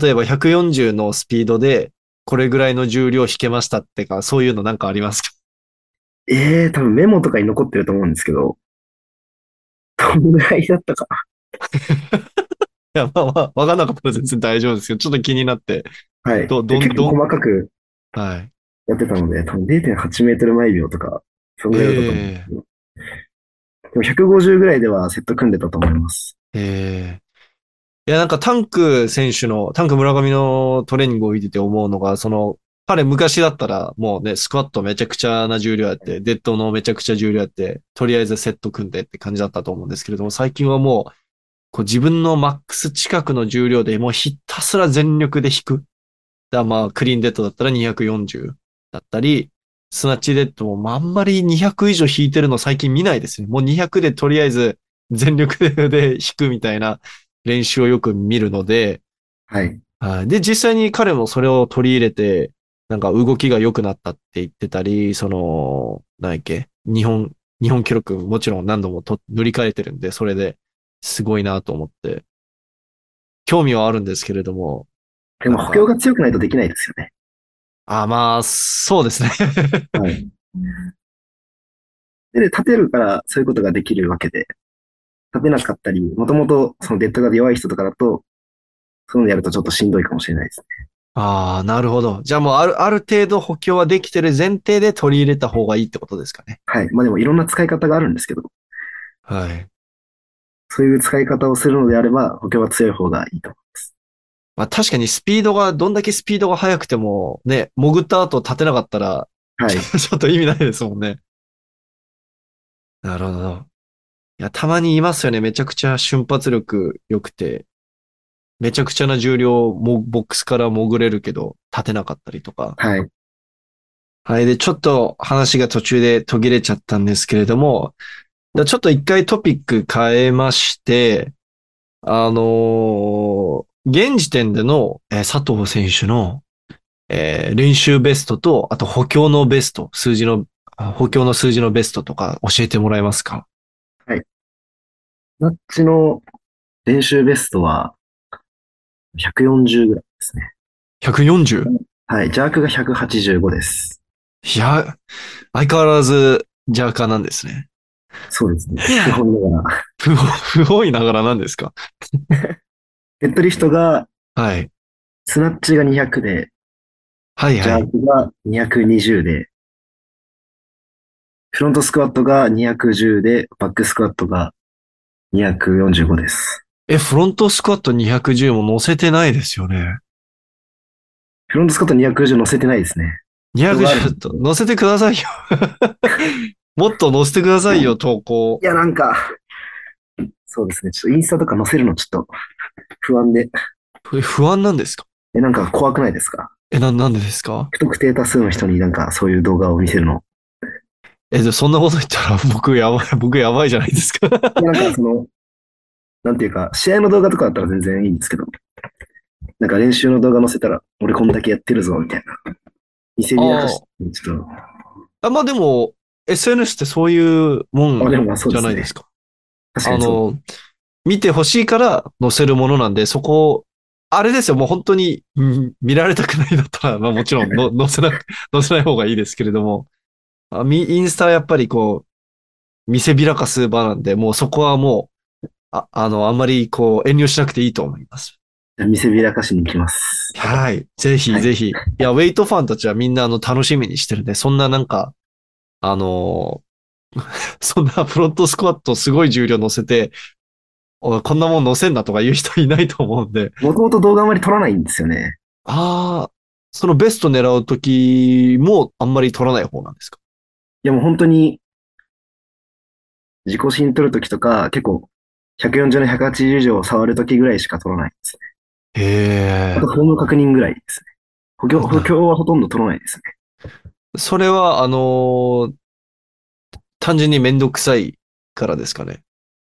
S1: 例えば140のスピードで、これぐらいの重量引けましたってか、そういうのなんかありますか [laughs]
S2: ええ多分メモとかに残ってると思うんですけど、どんぐらいだったか。
S1: いや、まあまあ、わかんなかったら全然大丈夫ですけど、ちょっと気になって。
S2: はい。
S1: ど
S2: で
S1: どん
S2: 結構
S1: どん
S2: 細かく
S1: はい。
S2: やってたので、多分0.8メートル毎秒とか、そんぐらいだったと思うんですけど。でも150ぐらいではセット組んでたと思います。
S1: ええいや、なんかタンク選手の、タンク村上のトレーニングを見てて思うのが、その、彼昔だったらもうね、スクワットめちゃくちゃな重量やって、デッドのめちゃくちゃ重量やって、とりあえずセット組んでって感じだったと思うんですけれども、最近はもう、こう自分のマックス近くの重量でもうひたすら全力で引く。だからまあ、クリーンデッドだったら240だったり、スナッチデッドもまああんまり200以上引いてるの最近見ないですね。もう200でとりあえず、全力でで弾くみたいな練習をよく見るので、
S2: はい。
S1: はいで、実際に彼もそれを取り入れて、なんか動きが良くなったって言ってたり、その、何やっけ、日本、日本記録もちろん何度もと塗り替えてるんで、それですごいなと思って、興味はあるんですけれども、
S2: でも補強が強くないとできないですよね。
S1: あ、まあ、そうですね。 [laughs]
S2: はい。で、立てるからそういうことができるわけで、立てなかったり、もともとそのデッドが弱い人とかだと、そういうのやるとちょっとしんどいかもしれないです。
S1: ああ、なるほど。じゃあもうある、ある程度補強はできてる前提で取り入れた方がいいってことですかね。
S2: はい。まあでもいろんな使い方があるんですけど、
S1: はい。
S2: そういう使い方をするのであれば、補強は強い方がいいと。
S1: まあ確かにスピードが、どんだけスピードが速くても、ね、潜った後立てなかったら、 [laughs]
S2: はい。
S1: ちょっと意味ないですもんね。なるほど。いや、たまにいますよね。めちゃくちゃ瞬発力良くて、めちゃくちゃな重量も、ボックスから潜れるけど、立てなかったりとか。
S2: はい。
S1: はい。で、ちょっと話が途中で途切れちゃったんですけれども、じゃあちょっと一回トピック変えまして、あのー現時点での、えー佐藤選手の、えー練習ベストと、あと補強のベスト、数字の、あ補強の数字のベストとか教えてもらえますか
S2: ナッチの練習ベストは、140ぐらいですね。
S1: ?140?
S2: はい。ジャークが185です。
S1: いや、相変わらずジャーカーなんですね。
S2: そうですね。基本だから。
S1: 不 [laughs] 本不本意ながらなんですか
S2: デッドリフトが、
S1: はい。
S2: スナッチが200で、
S1: はい
S2: ジャ
S1: はい。
S2: ークが220で、フロントスクワットが210で、バックスクワットが245です。
S1: え、フロントスクワット210も乗せてないですよね。
S2: フロントスクワット210乗せてないですね。
S1: 210と乗せてくださいよ。 [laughs] もっと乗せてくださいよ、投稿
S2: い。や、なんか、そうですね。ちょっとインスタとか載せるのちょっと不安で。
S1: え不安なんですか
S2: え、なんか怖くないですか
S1: え、な、なんでですか
S2: 不特定多数の人になんかそういう動画を見せるの。
S1: え、でそんなこと言ったら [laughs] 僕やばい、僕やばいじゃないですか。 [laughs]
S2: いやなんかその、なんていうか、試合の動画とかだったら全然いいんですけど、なんか練習の動画載せたら、俺こんだけやってるぞ、みたいな。見せびらかして、ちょっ
S1: あ、まあでも、SNS ってそういうも
S2: あでも
S1: ん
S2: まあそう
S1: じ
S2: で
S1: ゃ
S2: すね
S1: ないですか。
S2: と、確
S1: あ
S2: かにそう。
S1: の、見てほしいから載せるものなんで、そこを、あれですよ、もう本当にうん見られたくないだったら、まあもち
S2: [laughs]
S1: ろんの載せなく、載せない方がいいですけれども、あみインスタはやっぱりこう、見せびらかす場なんで、もうそこはもう、ああの、あんまりこう、遠慮しなくていいと思います。
S2: じゃあ見せびらかしに行きます。
S1: はい。ぜひ
S2: はい
S1: ぜひ。いや、ウェイトファンたちはみんなあの楽しみにしてるね。そんななんか、あのー [laughs] そんなフロントスクワットすごい重量乗せて、おいこんなもん乗せんなとか言う人いないと思うんで。
S2: もともと動画あんまり撮らないんですよね。
S1: ああ、そのベスト狙うときもあんまり取らない方なんですか
S2: いやもう本当に、自己新撮るときとか、結構、140の180以上を触るときぐらいしか撮らないですね。
S1: へ
S2: あと、フォーム確認ぐらいですね。補強、補強はほとんど撮らないですね。
S1: え。それは、あのー単純にめんどくさいからですかね。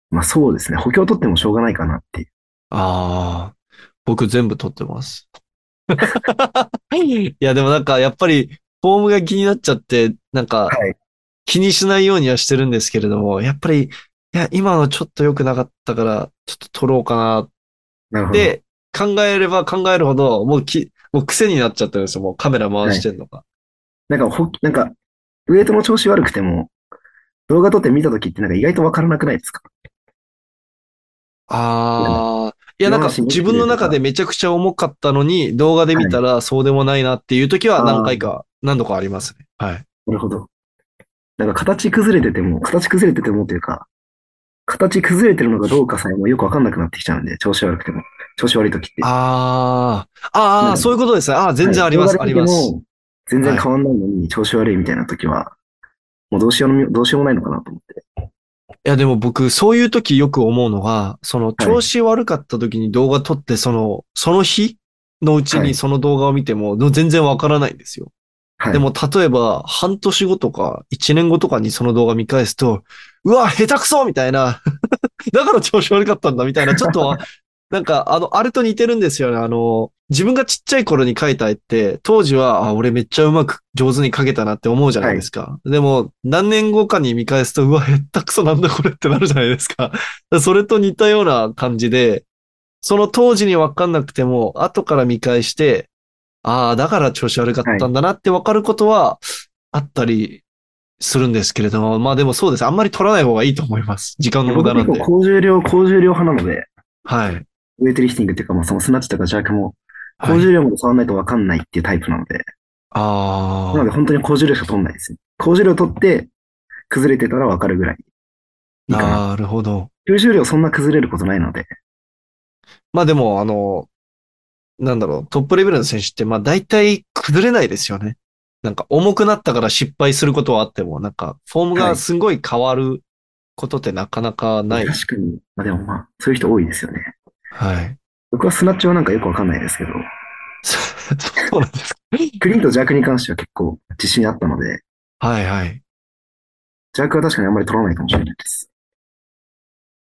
S2: まあそうですね。補強撮ってもしょうがないかなっていう。
S1: ああ、僕全部撮って [laughs] ます。いや、でもなんか、やっぱり、フォームが気になっちゃって、なんか
S2: はい、
S1: 気にしないようにはしてるんですけれども、やっぱり、いや、今のちょっと良くなかったから、ちょっと撮ろうかなっ
S2: なるほど。
S1: て、考えれば考えるほど、もうき、もう癖になっちゃってるんですよ、もうカメラ回してんのが。
S2: なんか、ほ、なんか、ウエイトの調子悪くても、動画撮って見たときってなんか意外とわからなくないですか
S1: ああ、いや、なんか
S2: 今の
S1: 自分の中でめちゃくちゃ重かったのに、動画で見たらそうでもないなっていう時は何回か、何度かありますね。はい。
S2: なるほど。なんか形崩れてても、形崩れててもというか、形崩れてるのかどうかさえもよくわかんなくなってきちゃうんで、調子悪くても。調子悪いときって。
S1: あーあ
S2: う
S1: ー、
S2: ん
S1: そういうことですね。ああ、全然
S2: は
S1: あ
S2: い
S1: ります、
S2: 動
S1: あ
S2: 画で
S1: り
S2: 見て
S1: ま
S2: も
S1: す。
S2: 全然変わんないのに、調子悪いみたいなときは、もうどうしようも、どうしようもないのかなと思って。
S1: いや、でも僕、そういう時よく思うのが、その、調子悪かった時に動画撮って、その、その日のうち
S2: は
S1: に
S2: い
S1: その動画を見ても、の全然わからないんですよ。
S2: はい。
S1: でも、例えば、半年後とか、1年後とかにその動画見返すと、うわ、下手くそみたいな。 [laughs] だから調子悪かったんだ、みたいな。ちょっと [laughs] は、なんか、あの、あれと似てるんですよね。あの、自分がちっちゃい頃に描いた絵って、当時は、あ、俺めっちゃうまく上手に描けたなって思うじゃないですか。でも、何年後かに見返すと、うわ、下手くそなんだこれってなるじゃないですか。それと似たような感じで、その当時にわかんなくても、後から見返して、ああ、だから調子悪かったんだなってわかることはあったりするんですけれども、まあでもそうです。あんまり取らない方がいいと思います。時間の無
S2: 僕
S1: 駄な
S2: 結
S1: ん
S2: 構
S1: で。
S2: 高重量、高重量派なので、
S1: はい。
S2: ウエイトリフティングっていうか、まあそのスナッチとかジャークも、
S1: は
S2: 高
S1: い、
S2: 重量まで触んないとわかんないっていうタイプなので、
S1: あ
S2: なの
S1: あ
S2: で、本当に高重量しか取んないですね。高重量取って、崩れてたらわかるぐらい。いいかな。
S1: なるほど。
S2: 中重量そんな崩れることないので。
S1: まあでも、あの、なんだろう、トップレベルの選手って、まあ大体崩れないですよね。なんか重くなったから失敗することはあっても、なんかフォームがすごい変わることってなかなかない。
S2: 確かに。まあでもまあ、そういう人多いですよね。
S1: はい。
S2: 僕はスナッチはなんかよくわかんないですけど、
S1: そそうなんですか。
S2: クリーンとジャークに関しては結構自信あったので、
S1: はいはい。
S2: ジャークは確かにあんまり取らないかもしれないです。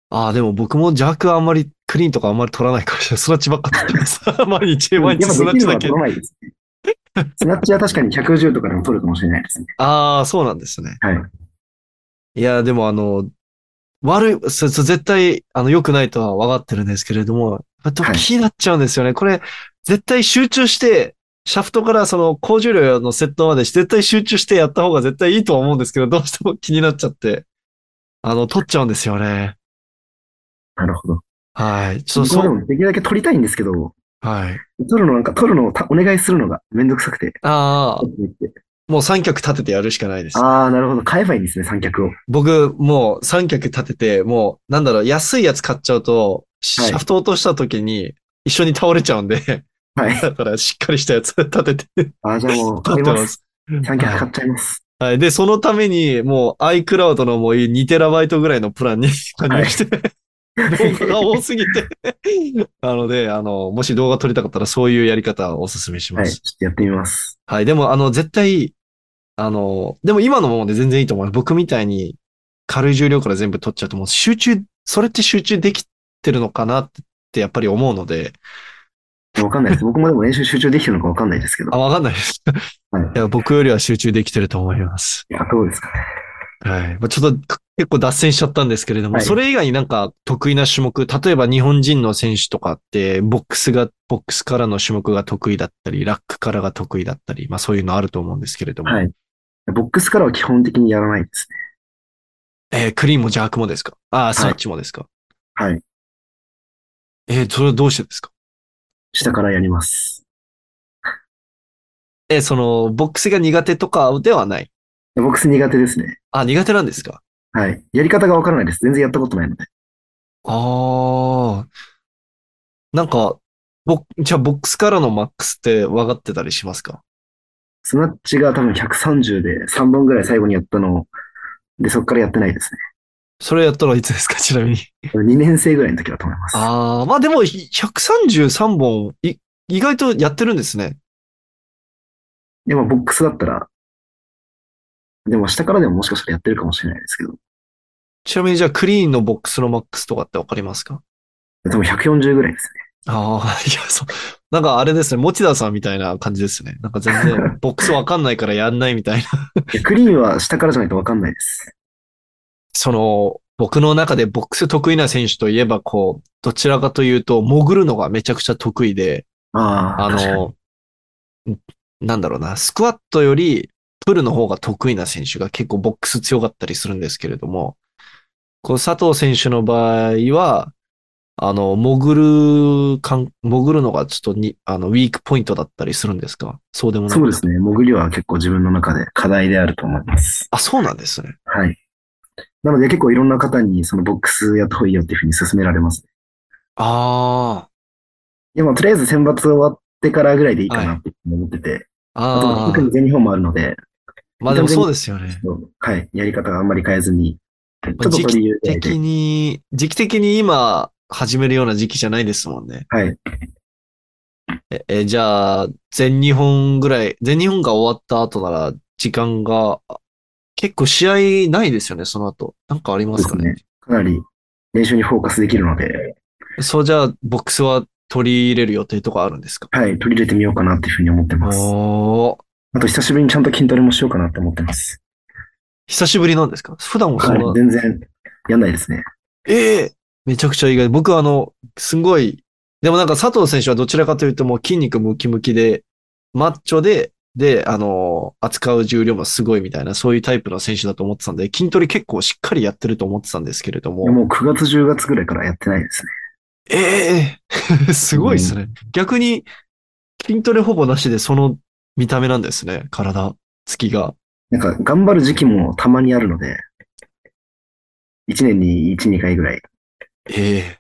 S1: ああ、でも僕も邪悪はあんまり、クリーンとかあんまり取らないかもしれない。スナッチばっか取ってます。毎日、毎日
S2: やっ
S1: スナ
S2: ぱ
S1: ッ
S2: で
S1: チ
S2: きるの
S1: だ
S2: は
S1: け
S2: 取。らないですね。スナッチは確かに150とかでも取るかもしれないですね。
S1: ああ、そうなんですね。
S2: はい。
S1: いや、でもあの、悪い、そそ絶対、あの、良くないとは分かってるんですけれども、やっぱ
S2: はい
S1: 気になっちゃうんですよね。これ、絶対集中して、シャフトからその高重量のセットまで絶対集中してやった方が絶対いいとは思うんですけど、どうしても気になっちゃって、あの、取っちゃうんですよね。
S2: なるほど。
S1: はい。ちょっと
S2: 僕もで
S1: そう、
S2: もできるだけ取りたいんですけど、
S1: はい。
S2: 取るのなんか、取るのをたお願いするのがめんどくさくて。
S1: ああ、もう三脚立ててやるしかないです。
S2: ああ、なるほど。買えばいいんですね、三脚を。
S1: 僕、もう三脚立てて、もう、なんだろう、安いやつ買っちゃうと、シ
S2: はい
S1: ャフト落とした時に一緒に倒れちゃうんで、 [laughs]
S2: はい。
S1: だからしっかりしたやつ立てて、
S2: ああ、じゃあもう買
S1: 立
S2: い
S1: って
S2: ま。
S1: ますす。
S2: 三脚買っちゃいます。
S1: はい。で、そのために、もう iCloud のもう 2TB ぐらいのプランに [laughs] 加入して、動画が多すぎて。 [laughs] なので、あの、もし動画撮りたかったらそういうやり方をお勧めし
S2: は
S1: ま
S2: い。ち
S1: す
S2: ょ。っとやってみます。
S1: はい。でも、あの、絶対、あの、でも今のままで全然いいと思います。僕みたいに軽い重量から全部取っちゃうと、もう集中、それって集中できてるのかなってやっぱり思うので、
S2: わかんないです。僕もでも練習集中できてるのかわかんないですけど。
S1: あ、わかんないです。
S2: はい
S1: いや、僕よりは集中できてると思います。
S2: いや、どうですかね。
S1: はい。まあちょっと結構脱線しちゃったんですけれども、
S2: はい
S1: それ以外になんか得意な種目、例えば日本人の選手とかって、ボックスが、ボックスからの種目が得意だったり、ラックからが得意だったり、まあそういうのあると思うんですけれども、
S2: はい。ボックスからは基本的にやらないですね。
S1: えークリーンもジャークもですかああ、スナッチもですか、
S2: はい。
S1: えーそれはどうしてですか
S2: 下からやります。
S1: えーその、ボックスが苦手とかではない。
S2: ボックス苦手ですね。
S1: あ、苦手なんですか
S2: はい。やり方がわからないです。全然やったことないので。
S1: ああ。なんか、ぼ、じゃあボックスからのマックスって分かってたりしますか
S2: スナッチが多分130で3本ぐらい最後にやったのを、で、そっからやってないです
S1: それやったのはいつですかち [laughs] なみに。
S2: ね。2年生ぐらいの時だと思います。
S1: ああ、まあでも、133本、い、意外とやってるんですね。
S2: でもボックスだったら、でも下からでももしかしたらやってるかもしれないですけど、
S1: ちなみにじゃあ、クリーンのボックスのマックスとかってわかりますか
S2: 多分140ぐらいです
S1: ああ、いや、そう。なんかあれですね、持田さんみたいな感じですね。なんか全然、ボックスわかんないからやんないみたいな。
S2: ね。クリーンは下からじゃないとわかんないです。
S1: その、僕の中でボックス得意な選手といえば、こう、どちらかというと、潜るのがめちゃくちゃ得意で、
S2: ああ、
S1: あ
S2: 確かに
S1: の、んなんだろうな、スクワットよりプルの方が得意な選手が結構ボックス強かったりするんですけれども、こう佐藤選手の場合は、あの、潜るかん、潜るのがちょっとに、あの、ウィークポイントだったりするんですかそうでもない。
S2: そうですね。潜りは結構自分の中で課題であると思います。
S1: あ、そうなんですね。
S2: はい。なので結構いろんな方にそのボックスやった方がいいよっていうふうに勧められます。
S1: あ
S2: でもとりあえず選抜終わってからぐらいでいいかなって思ってて、
S1: あ、
S2: あと
S1: ああ
S2: 特、に全日本もあるので、
S1: まあでもそうですよね。
S2: はい、やり方があんまり変えずに、ちょっと
S1: 時期
S2: 取り入れて
S1: 的に、時期的に今始めるような時期じゃないですもんね。
S2: はい。
S1: え、えじゃあ、全日本ぐらい、全日本が終わった後なら、時間が、あ結構試合ないですよね、その後。なんかありますか
S2: そう
S1: ね
S2: で。かなり練習にフォーカスできるので、
S1: そう、じゃあ、ボックスは取り入れる予定とかあるんですか
S2: はい、取り入れてみようかなっていうふうに思ってます。
S1: おー。
S2: あと久しぶりにちゃんと筋トレもしようかなって思ってます。
S1: 久しぶりなんですか普段はそん
S2: はい
S1: な、、
S2: 全然やんないですね。
S1: ええめちゃくちゃ意外。僕はあの、すごい、でもなんか佐藤選手はどちらかというともう筋肉ムキムキで、マッチョで、で、あの、扱う重量もすごいみたいな、そういうタイプの選手だと思ってたんで、筋トレ結構しっかりやってると思ってたんですけれども。
S2: もう9月10月ぐらいからやってないですね。
S1: ええすごいですね。逆に、筋トレほぼなしでその見た目なんですね。体つきが。
S2: なんか頑張る時期もたまにあるので、1年に1、2回ぐらい。
S1: ええ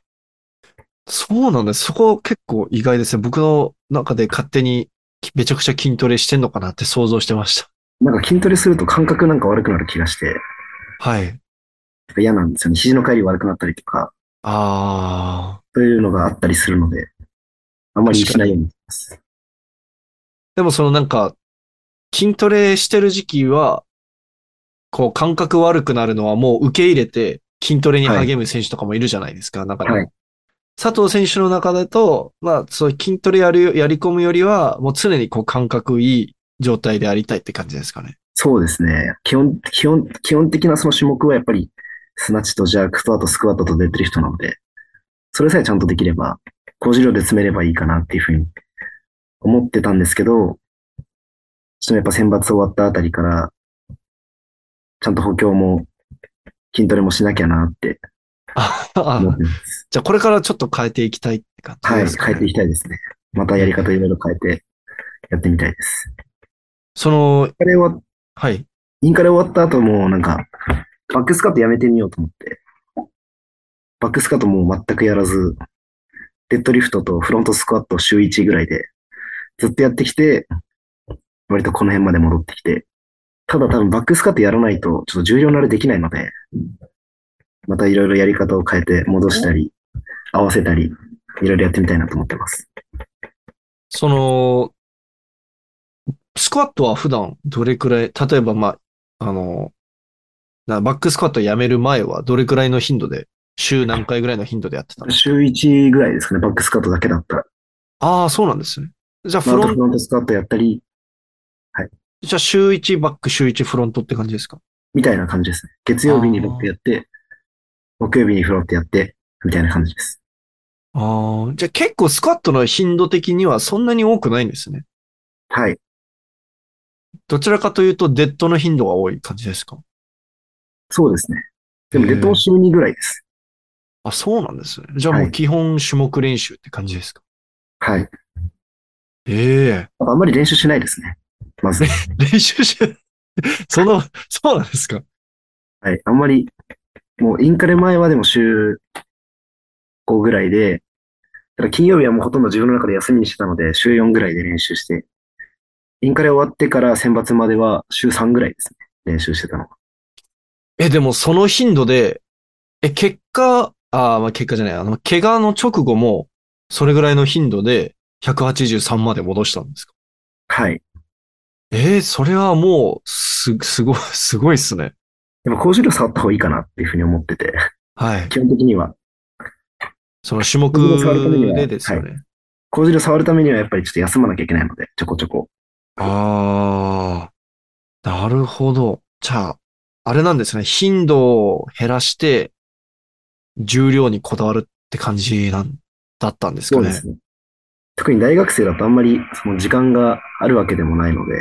S1: そうなんです。そこ結構意外ですね。僕の中で勝手にめちゃくちゃ筋トレしてんのかなって想像してました。
S2: なんか筋トレすると感覚なんか悪くなる気がして、
S1: はい。
S2: 嫌なんですよね。肘の帰り悪くなったりとか、
S1: ああ。
S2: そういうのがあったりするので、あんまりしないようにしてます。
S1: でもそのなんか、筋トレしてる時期は、こう感覚悪くなるのはもう受け入れて筋トレに励む選手とかもいるじゃないですか、中でも
S2: はい
S1: 佐藤選手の中だと、まあ、そう筋トレやる、やり込むよりは、もう常にこう感覚いい状態でありたいって感じですかね。
S2: そうですね。基本、基本、基本的なその種目はやっぱり、スナッチとジャークとあとスクワットと出てる人なので、それさえちゃんとできれば、50秒で詰めればいいかなっていうふうに思ってたんですけど、ちょっとやっぱ選抜終わったあたりから、ちゃんと補強も、筋トレもしなきゃなって
S1: あ、あ
S2: 思ってます。
S1: じゃあこれからちょっと変えていきたいって感じ
S2: はい、
S1: ですかね。
S2: 変えていきたいですね。またやり方いろいろ変えて、やってみたいです。
S1: その、
S2: これは
S1: はい。
S2: インカレ終わった後も、なんか、バックスカートやめてみようと思って。バックスカートもう全くやらず、デッドリフトとフロントスクワットを週1ぐらいで、ずっとやってきて、割とこの辺まで戻ってきて。ただ多分バックスカートやらないと、ちょっと重量慣れできないので、またいろいろやり方を変えて戻したり、合わせたり、いろいろやってみたいなと思ってます。
S1: その、スクワットは普段どれくらい、例えばまあ、あの、なバックスクワットやめる前はどれくらいの頻度で、週何回ぐらいの頻度でやってたの
S2: 週1ぐらいですかね、バックスカートだけだったら。
S1: ああ、そうなんですね。じゃあ
S2: まあ
S1: フ
S2: あと
S1: ロン
S2: フロントスクワットやったり、
S1: じゃあ週1バック、週1フロントって感じですか
S2: みたいな感じですね。月曜日にロッテやって、木曜日にフロントやって、みたいな感じです。
S1: ああ、じゃあ結構スクワットの頻度的にはそんなに多くないんですね。
S2: はい。
S1: どちらかというとデッドの頻度が多い感じですか
S2: そうですね。でも、
S1: へー
S2: レッドも週2ぐらいです。
S1: あ、そうなんですね。じゃあも
S2: は
S1: う
S2: い
S1: 基本種目練習って感じですか
S2: はい。
S1: ええ
S2: あんまり練習しないですね。
S1: [laughs]
S2: まず。
S1: 練習し、その、そうなんですか
S2: はい。あんまり、もうインカレ前はでも週5ぐらいで、ただ金曜日はもうほとんど自分の中で休みにしてたので、週4ぐらいで練習して、インカレ終わってから選抜までは週3ぐらいですね。練習してたのが。
S1: え、でもその頻度で、え、結果、あーまあ、結果じゃない、あの、怪我の直後も、それぐらいの頻度で、183まで戻したんですか
S2: はい。
S1: えー、それはもう、す、すごい、すごいっすね。
S2: でも、高重量触った方がいいかなっていうふうに思ってて、
S1: はい。
S2: 基本的には。
S1: その種目
S2: 僕も触るためには
S1: でですよね。
S2: 高重量触るためにはやっぱりちょっと休まなきゃいけないので、ちょこちょこ。
S1: ああ、なるほど。じゃあ、あれなんですね。頻度を減らして、重量にこだわるって感じなん、だったんですかね。
S2: ね。特に大学生だとあんまりその時間があるわけでもないので、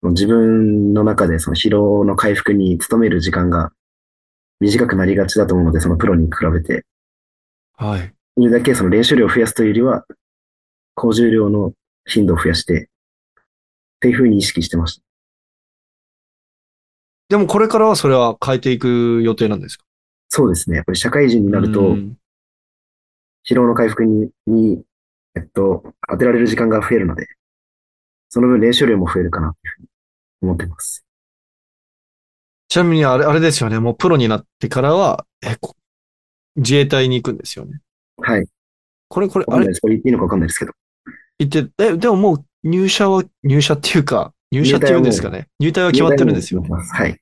S2: その自分の中でその疲労の回復に努める時間が短くなりがちだと思うので、そのプロに比べて、
S1: はい。
S2: それだけその練習量を増やすというよりは、高重量の頻度を増やして、っていうふうに意識してました。
S1: でもこれからはそれは変えていく予定なんですか
S2: そうですね。やっぱり社会人になると、
S1: うん
S2: 疲労の回復に、に、えっと、当てられる時間が増えるので、その分練習量も増えるかなというふうに思ってます。
S1: ちなみにあれ、あれですよね。もうプロになってからは、え、こ自衛隊に行くんですよね。
S2: はい。
S1: これ、これ、あ
S2: わかんな
S1: れ
S2: いです。これ言っていいのかわかんないですけど。
S1: 言って、え、でももう入社は、入社っていうか、入社っていうんですかね。入隊は決まってるんですよね。
S2: はい。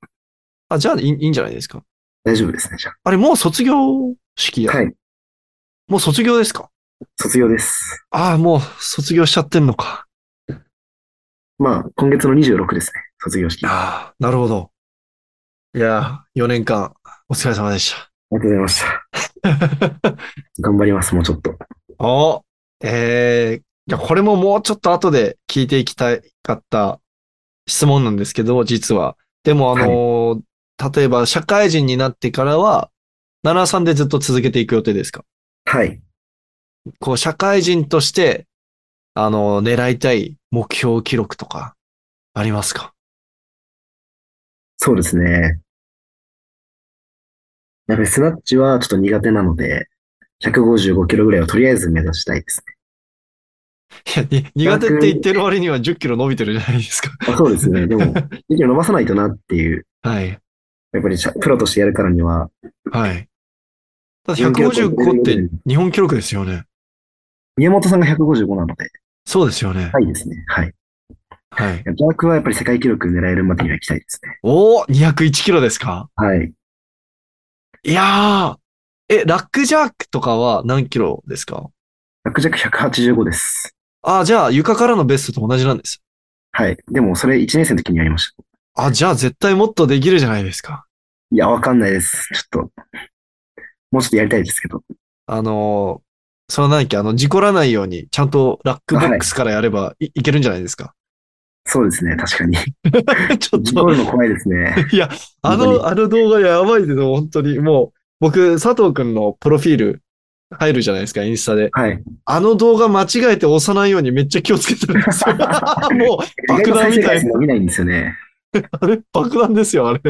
S1: あ、じゃあいいいいんじゃないですか。
S2: 大丈夫ですね、じゃ
S1: あれ、もう卒業式や。
S2: あ。はい。
S1: もう卒業ですか
S2: 卒業です。
S1: ああ、もう卒業しちゃってんのか。
S2: まあ、今月の26ですね。卒業式。あ
S1: ああ、なるほど。いやー、4年間、お疲れ様でし
S2: りがとうございました。
S1: た。 [laughs]
S2: 頑張ります、もうちょっと。
S1: おえー、じゃあこれももうちょっと後で聞いていきたかった質問なんですけど、実は。でも、あのー例えば社会人になってからは、73でずっと続けていく予定ですか
S2: はい。
S1: こう、社会人として、あの、狙いたい目標記録とか、ありますか [laughs]
S2: そうですね。やっぱりスナッチはちょっと苦手なので、155キロぐらいをとりあえず目指したいです
S1: いや、に苦手って言ってる割には10キロ伸びてるじゃないですか。 [laughs]
S2: ね。あそうですね。でも、息を伸ばさないとなっていう
S1: はい。
S2: やっぱりしゃプロとしてやるからには、
S1: はい。ただ
S2: 4キロ
S1: 155って日本記録ですよね。
S2: 宮本さんが155なので、
S1: そうですよね
S2: は。いですね。はい。
S1: はい。
S2: ジャークはやっぱり世界記録狙えるまでには行きたいですね。
S1: おー !201 キロですか
S2: はい。
S1: いやー。え、ラックジャークとかは何キロですか
S2: ラックジャック185です。
S1: あ、じゃあ床からのベストと同じなんです。
S2: はい。でも、それ1年生の時にやりました。
S1: あ、じゃあ絶対もっとできるじゃないですか。
S2: いや、わかんないです。ちょっと、もうちょっとやりたいですけど。
S1: あのーその何っけ、あの、事故らないように、ちゃんとラックボックスからやればい,、い、けるんじゃないですか。 [laughs]
S2: そうですね。確かに。
S1: ちょっ
S2: 事故
S1: と、
S2: るの怖いですね。
S1: いや、あ
S2: 本当
S1: の、あの動画やばいですよ、本当に。もう、僕、佐藤くんのプロフィール入るじゃないですか、インスタで。
S2: はい。
S1: あの動画間違えて押さないようにめっちゃ気をつけてるん
S2: [laughs]
S1: ですよ。 [laughs] もう、
S2: 意外
S1: 爆
S2: と
S1: 弾
S2: 再
S1: み
S2: 生
S1: た
S2: 回
S1: い
S2: 数。伸びないんですよね。
S1: あれ爆弾ですよ、あれ。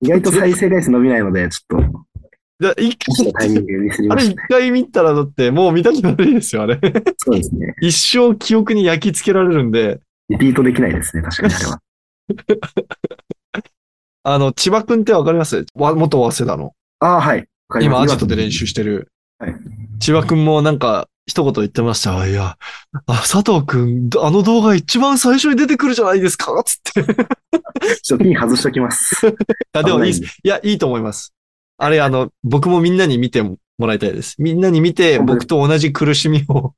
S2: 意外と再生回数伸びないので、ちょっと、
S1: いや一
S2: 落
S1: 回
S2: ちたタイミングミスり
S1: あ
S2: ま
S1: れ
S2: し
S1: 一
S2: たね。
S1: 回見たらだって、もう見たくないですよ、あれ。 [laughs]
S2: そうですね。
S1: 一生記憶に焼き付けられるんで、
S2: リピートできないですね。確かに、あれは。
S1: あの、千葉くんってわかりますわ元早稲田の。
S2: ああ、はい。わかりま
S1: 今、
S2: す
S1: アジトで練習してる。
S2: はい
S1: 千葉くんもなんか、一言言ってました。いや、あ、佐藤くん、あの動画一番最初に出てくるじゃないですかつ
S2: [laughs]
S1: って。
S2: ちょっとピン外しときます。
S1: あでもいいっ
S2: 危
S1: す、
S2: ないんで
S1: や、いいと思います。あれ、あの、僕もみんなに見てもらいたいです。みんなに見て、
S2: 本当
S1: 僕と同じ苦しみ
S2: [laughs]
S1: を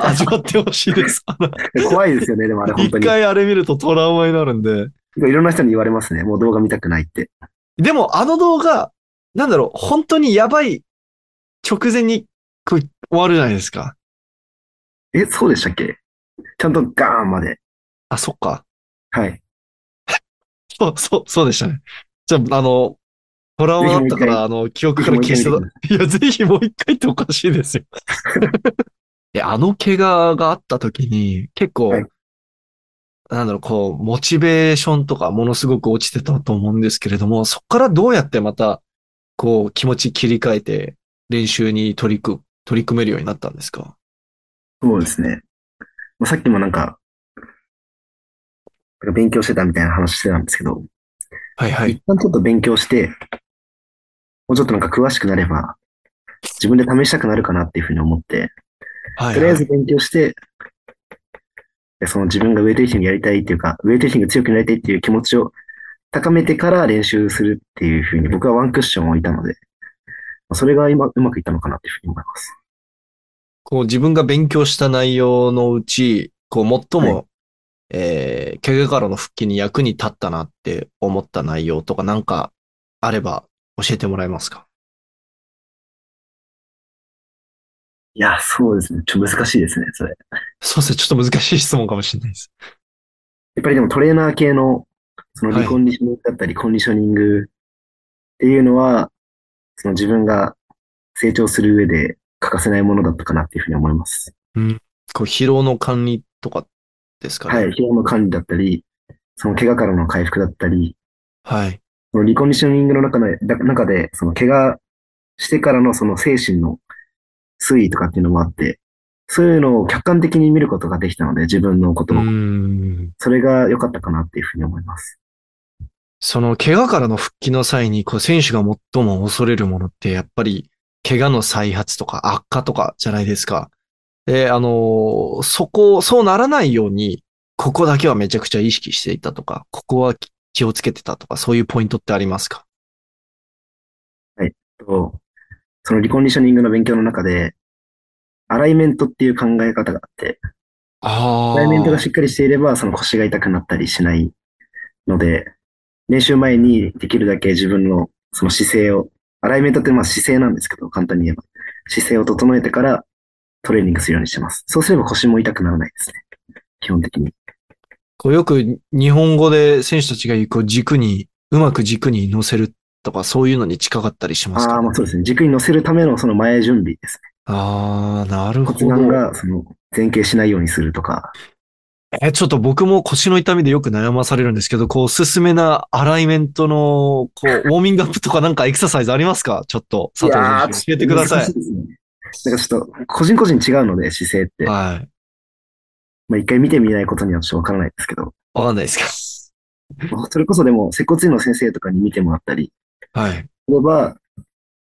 S1: 味わってほしいです。あの
S2: 怖いですよね、でもあれ
S1: [laughs]
S2: 本
S1: 一
S2: 当に。
S1: 回あれ見るとトラウマになるんで。
S2: いろんな人に言われますね。もう動画見たくないって。
S1: でも、あの動画、なんだろう、本当にやばい直前にこう終わるじゃないですか。
S2: え、そうでしたっけちゃんとガーンまで。
S1: あ、そっか。
S2: はい。
S1: そう、そう、そうでしたね。じゃあ、あの、トラウマだったから、あの、記憶から消して
S2: もう一回
S1: た
S2: 見てみて。
S1: いや、ぜひもう一回っておかしいですよ。で、あの怪我があった時に、結構、
S2: はい
S1: なんだろう、こう、モチベーションとかものすごく落ちてたと思うんですけれども、そこからどうやってまた、こう、気持ち切り替えて、練習に取り組、取り組めるようになったんですか
S2: そうですね。まあ、さっきもなんか、なんか勉強してたみたいな話してたんですけど、
S1: はいは
S2: 一。旦ちょっと勉強して、もうちょっとなんか詳しくなれば、自分で試したくなるかなっていうふうに思って、
S1: はい、
S2: とりあえず。勉強して、その自分がウェイトリフティングやりたいっていうか、ウェイトリフティング強くなりたいっていう気持ちを高めてから練習するっていうふうに僕はワンクッションを置いたので、まあそれが今うまくいったのかなっていうふうに思います。
S1: こう、自分が勉強した内容のうち、こう、最も、えー、怪我からの復帰に役に立ったなって思った内容とかなんかあれば教えてもらえますか
S2: いや、そうですね。ちょっと難しいですね、それ。
S1: そうですね。ちょっと難しい質問かもしれないです。
S2: やっぱりでもトレーナー系の、その
S1: はい
S2: リコンディショニングだったり、コンディショニングっていうのは、その自分が成長する上で欠かせないものだったかなっていうふうに思います。
S1: こう、疲労の管理とかですか
S2: は
S1: ね。
S2: い。疲労の管理だったり、その怪我からの回復だったり、
S1: はい。はい。
S2: そのリコンディショニングの中で、だ中で、その怪我してからのその精神の推移とかっていうのもあって、そういうのを客観的に見ることができたので、自分のこと
S1: う
S2: を。
S1: ん。
S2: それが良かったかなっていうふうに思います。
S1: その、怪我からの復帰の際に、こう、選手が最も恐れるものって、やっぱり、怪我の再発とか悪化とかじゃないですか。で、あのーそこ、そうならないように、ここだけはめちゃくちゃ意識していたとか、ここは気をつけてたとか、そういうポイントってありますか
S2: と、そのリコンディショニングの勉強の中で、アライメントっていう考え方があって、
S1: あ
S2: アライメントがしっかりしていれば、その腰が痛くなったりしないので、練習前にできるだけ自分のその姿勢を、アライメントってまあ姿勢なんですけど、簡単に言えば。姿勢を整えてからトレーニングするようにしてます。そうすれば腰も痛くならないですね。基本的に。
S1: こうよく日本語で選手たちが言う、こう、軸に、うまく軸に乗せるとか、そういうのに近かったりします
S2: あ
S1: か
S2: あ、まあそうですね。軸に乗せるためのその前準備ですね。
S1: あー、なるほ
S2: 骨盤
S1: ど。
S2: がその前傾しないようにするとか。
S1: え、ちょっと僕も腰の痛みでよく悩まされるんですけど、こう、おすすめなアライメントの、こ
S2: [laughs]
S1: う、ウォーミングアップとかなんかエクササイズありますかちょっと、佐藤
S2: や
S1: 選手、教えてくださ
S2: 難し
S1: い。
S2: ですねなんかちょっと、個人個人違うので、姿勢って。
S1: はい。
S2: まあ一回見てみないことにはちょっとわからないですけど。
S1: わかんないです
S2: まあそれこそでも、接骨院の先生とかに見てもらったり
S1: かはい。
S2: すれば、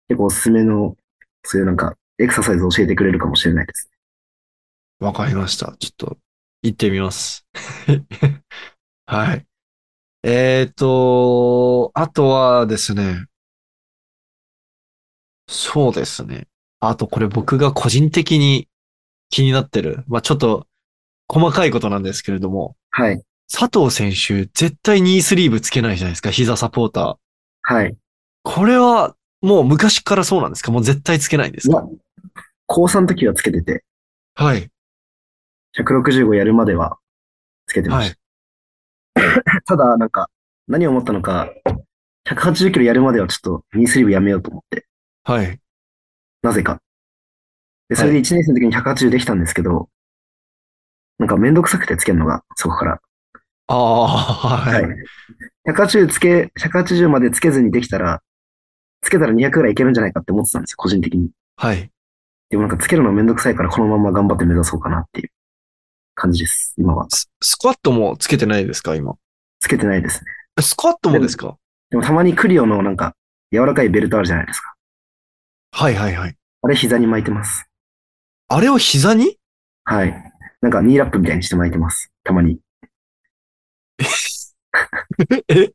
S2: 結構おすすめの、そういうなんか、エクササイズを教えてくれるかもしれないです。
S1: わかりました。ちょっと、行ってみます。 [laughs] はい。えっと、あとはですね。そうですね。あとこれ僕が個人的に気になってる。まあ、ちょっと、細かいことなんですけれども。
S2: はい。
S1: 佐藤選手、絶対ニースリーブつけないじゃないですか、膝サポーター。
S2: はい。
S1: これは、もう昔からそうなんですかもう絶対つけないんです
S2: い
S1: か
S2: や、高3の時はつけてて、
S1: はい。
S2: 165やるまではつけてま
S1: は
S2: し
S1: い
S2: た。。 [laughs] ただ、なんか、何を思ったのか、180キロやるまではちょっとニースリーブやめようと思って、
S1: はい。
S2: なぜか。で、それで1年生の時に180できたんですけど、なんかめんどくさくてつけるのが、そこから。
S1: ああー、はい。
S2: 180つけ、180までつけずにできたら、つけたら200ぐらいいけるんじゃないかって思ってたんですよ、個人的に。
S1: はい。
S2: でもなんかつけるのめんどくさいからこのまま頑張って目指そうかなっていう感じです、今は。
S1: ススクワットもつけてないですか今。
S2: つけてないですね。
S1: えスクワットもですか
S2: でもたまにクリオのなんか、柔らかいベルトあるじゃないですか。
S1: はいはいはい。
S2: あれ膝に巻いてます。
S1: あれを膝に
S2: はい。なんかニーラップみたいにして巻いてます。たまに。
S1: え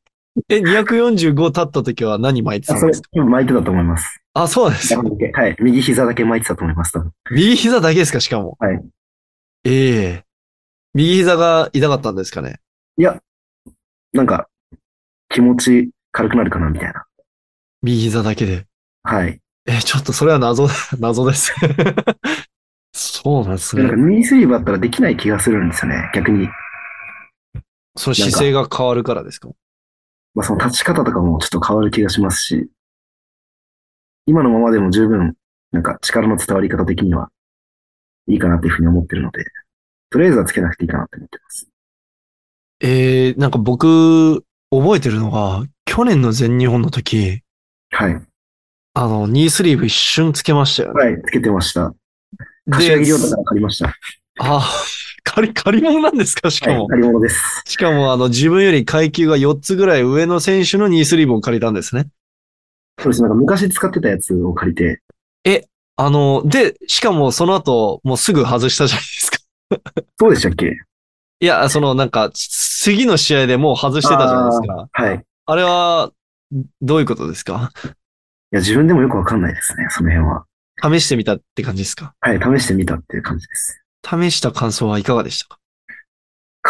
S1: え、245立った時は何巻いてた
S2: あ、
S1: ん
S2: そ
S1: で
S2: れ
S1: すか、
S2: 多分巻いてたと思います。
S1: あそうなんですよ。
S2: はい。右膝だけ巻いてたと思います、多分。
S1: 右膝だけですかしかも。
S2: はい。
S1: ええ右膝が痛かったんですかね
S2: いや、なんか、気持ち軽くなるかな、みたいな。
S1: 右膝だけで。
S2: はい。
S1: え、ちょっとそれは謎 [laughs] だ、謎です。そうなんです
S2: なんか、
S1: ね。
S2: ニースリーブあったらできない気がするんですよね、逆に。
S1: その姿勢が変わるからですか
S2: まあ、その立ち方とかもちょっと変わる気がしますし、今のままでも十分、なんか力の伝わり方的には、いいかなっていうふうに思ってるので、とりあえずはつけなくていいかなって思ってます。
S1: えー、なんか僕、覚えてるのが、去年の全日本の時、
S2: はい。
S1: あの、ニースリーブ一瞬つけましたよね。
S2: はい、つけてました。柏木
S1: で
S2: 亮太から借りました。
S1: あ、借り、借り物なんですかしか
S2: はい、
S1: も。
S2: 借り物です。
S1: しかも、あの、自分より階級が4つぐらい上の選手のニースリーブを借りたんですね。
S2: そうです。なんか昔使ってたやつを借りて、
S1: あの、で、しかもその後、もうすぐ外したじゃないですか。
S2: そうでしたっけ
S1: いや、その、なんか、次の試合でもう外してたじゃないですか。
S2: はい。い
S1: あれは、どういうことですか
S2: や、自分でもよくわかんないですね、その辺は。
S1: 試してみたって感じですか
S2: はい、試してみたっていう感じです。
S1: 試した感想はいかがでしたか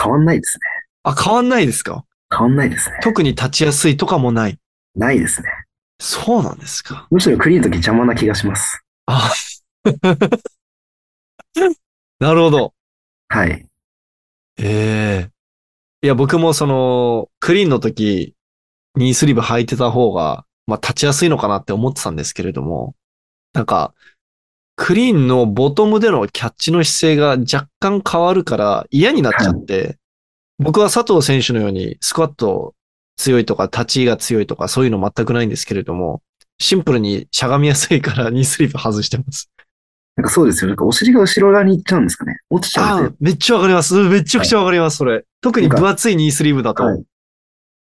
S2: 変わんないですね。
S1: あ、変わんないですか
S2: 変わんないですね。
S1: 特に立ちやすいとかもない。
S2: ないですね。
S1: そうなんですか。
S2: むしろクリーンの時邪魔な気がします。
S1: あなるほど。
S2: はい。
S1: ええいや、僕もその、クリーンの時、ニースリーブ履いてた方が、まあ立ちやすいのかなって思ってたんですけれども、なんか、クリーンのボトムでのキャッチの姿勢が若干変わるから嫌になっちゃって、僕は佐藤選手のようにスクワット強いとか立ちが強いとかそういうの全くないんですけれども、シンプルにしゃがみやすいからニースリーブ外してます。
S2: なんかそうですよ。なんかお尻が後ろ側に行っちゃうんですかね。落ちちゃうん
S1: あ
S2: で
S1: あ、めっちゃわかります。うんめちゃくちゃわかります、それ。特に分厚いニースリーブだと。
S2: はい。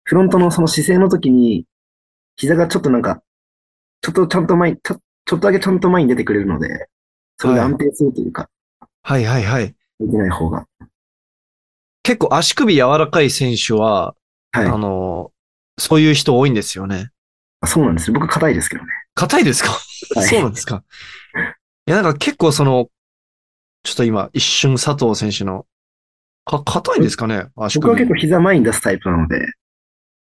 S2: フロントのその姿勢の時に、膝がちょっとなんか、ちょっとちゃんと前に、ちょちょっとだけちゃんと前に出てくれるので、それが安定するというか、
S1: はいはいはい。
S2: できない方が。
S1: 結構足首柔らかい選手は、
S2: はい
S1: あの、そういう人多いんですよね。
S2: あそうなんですね。僕硬いですけどね。
S1: 硬いですか、
S2: はい
S1: そうなんですかいや、なんか結構その、ちょっと今一瞬佐藤選手の、か、硬いんですかね足
S2: 僕は結
S1: 首
S2: 構。膝前に出すタイプなので、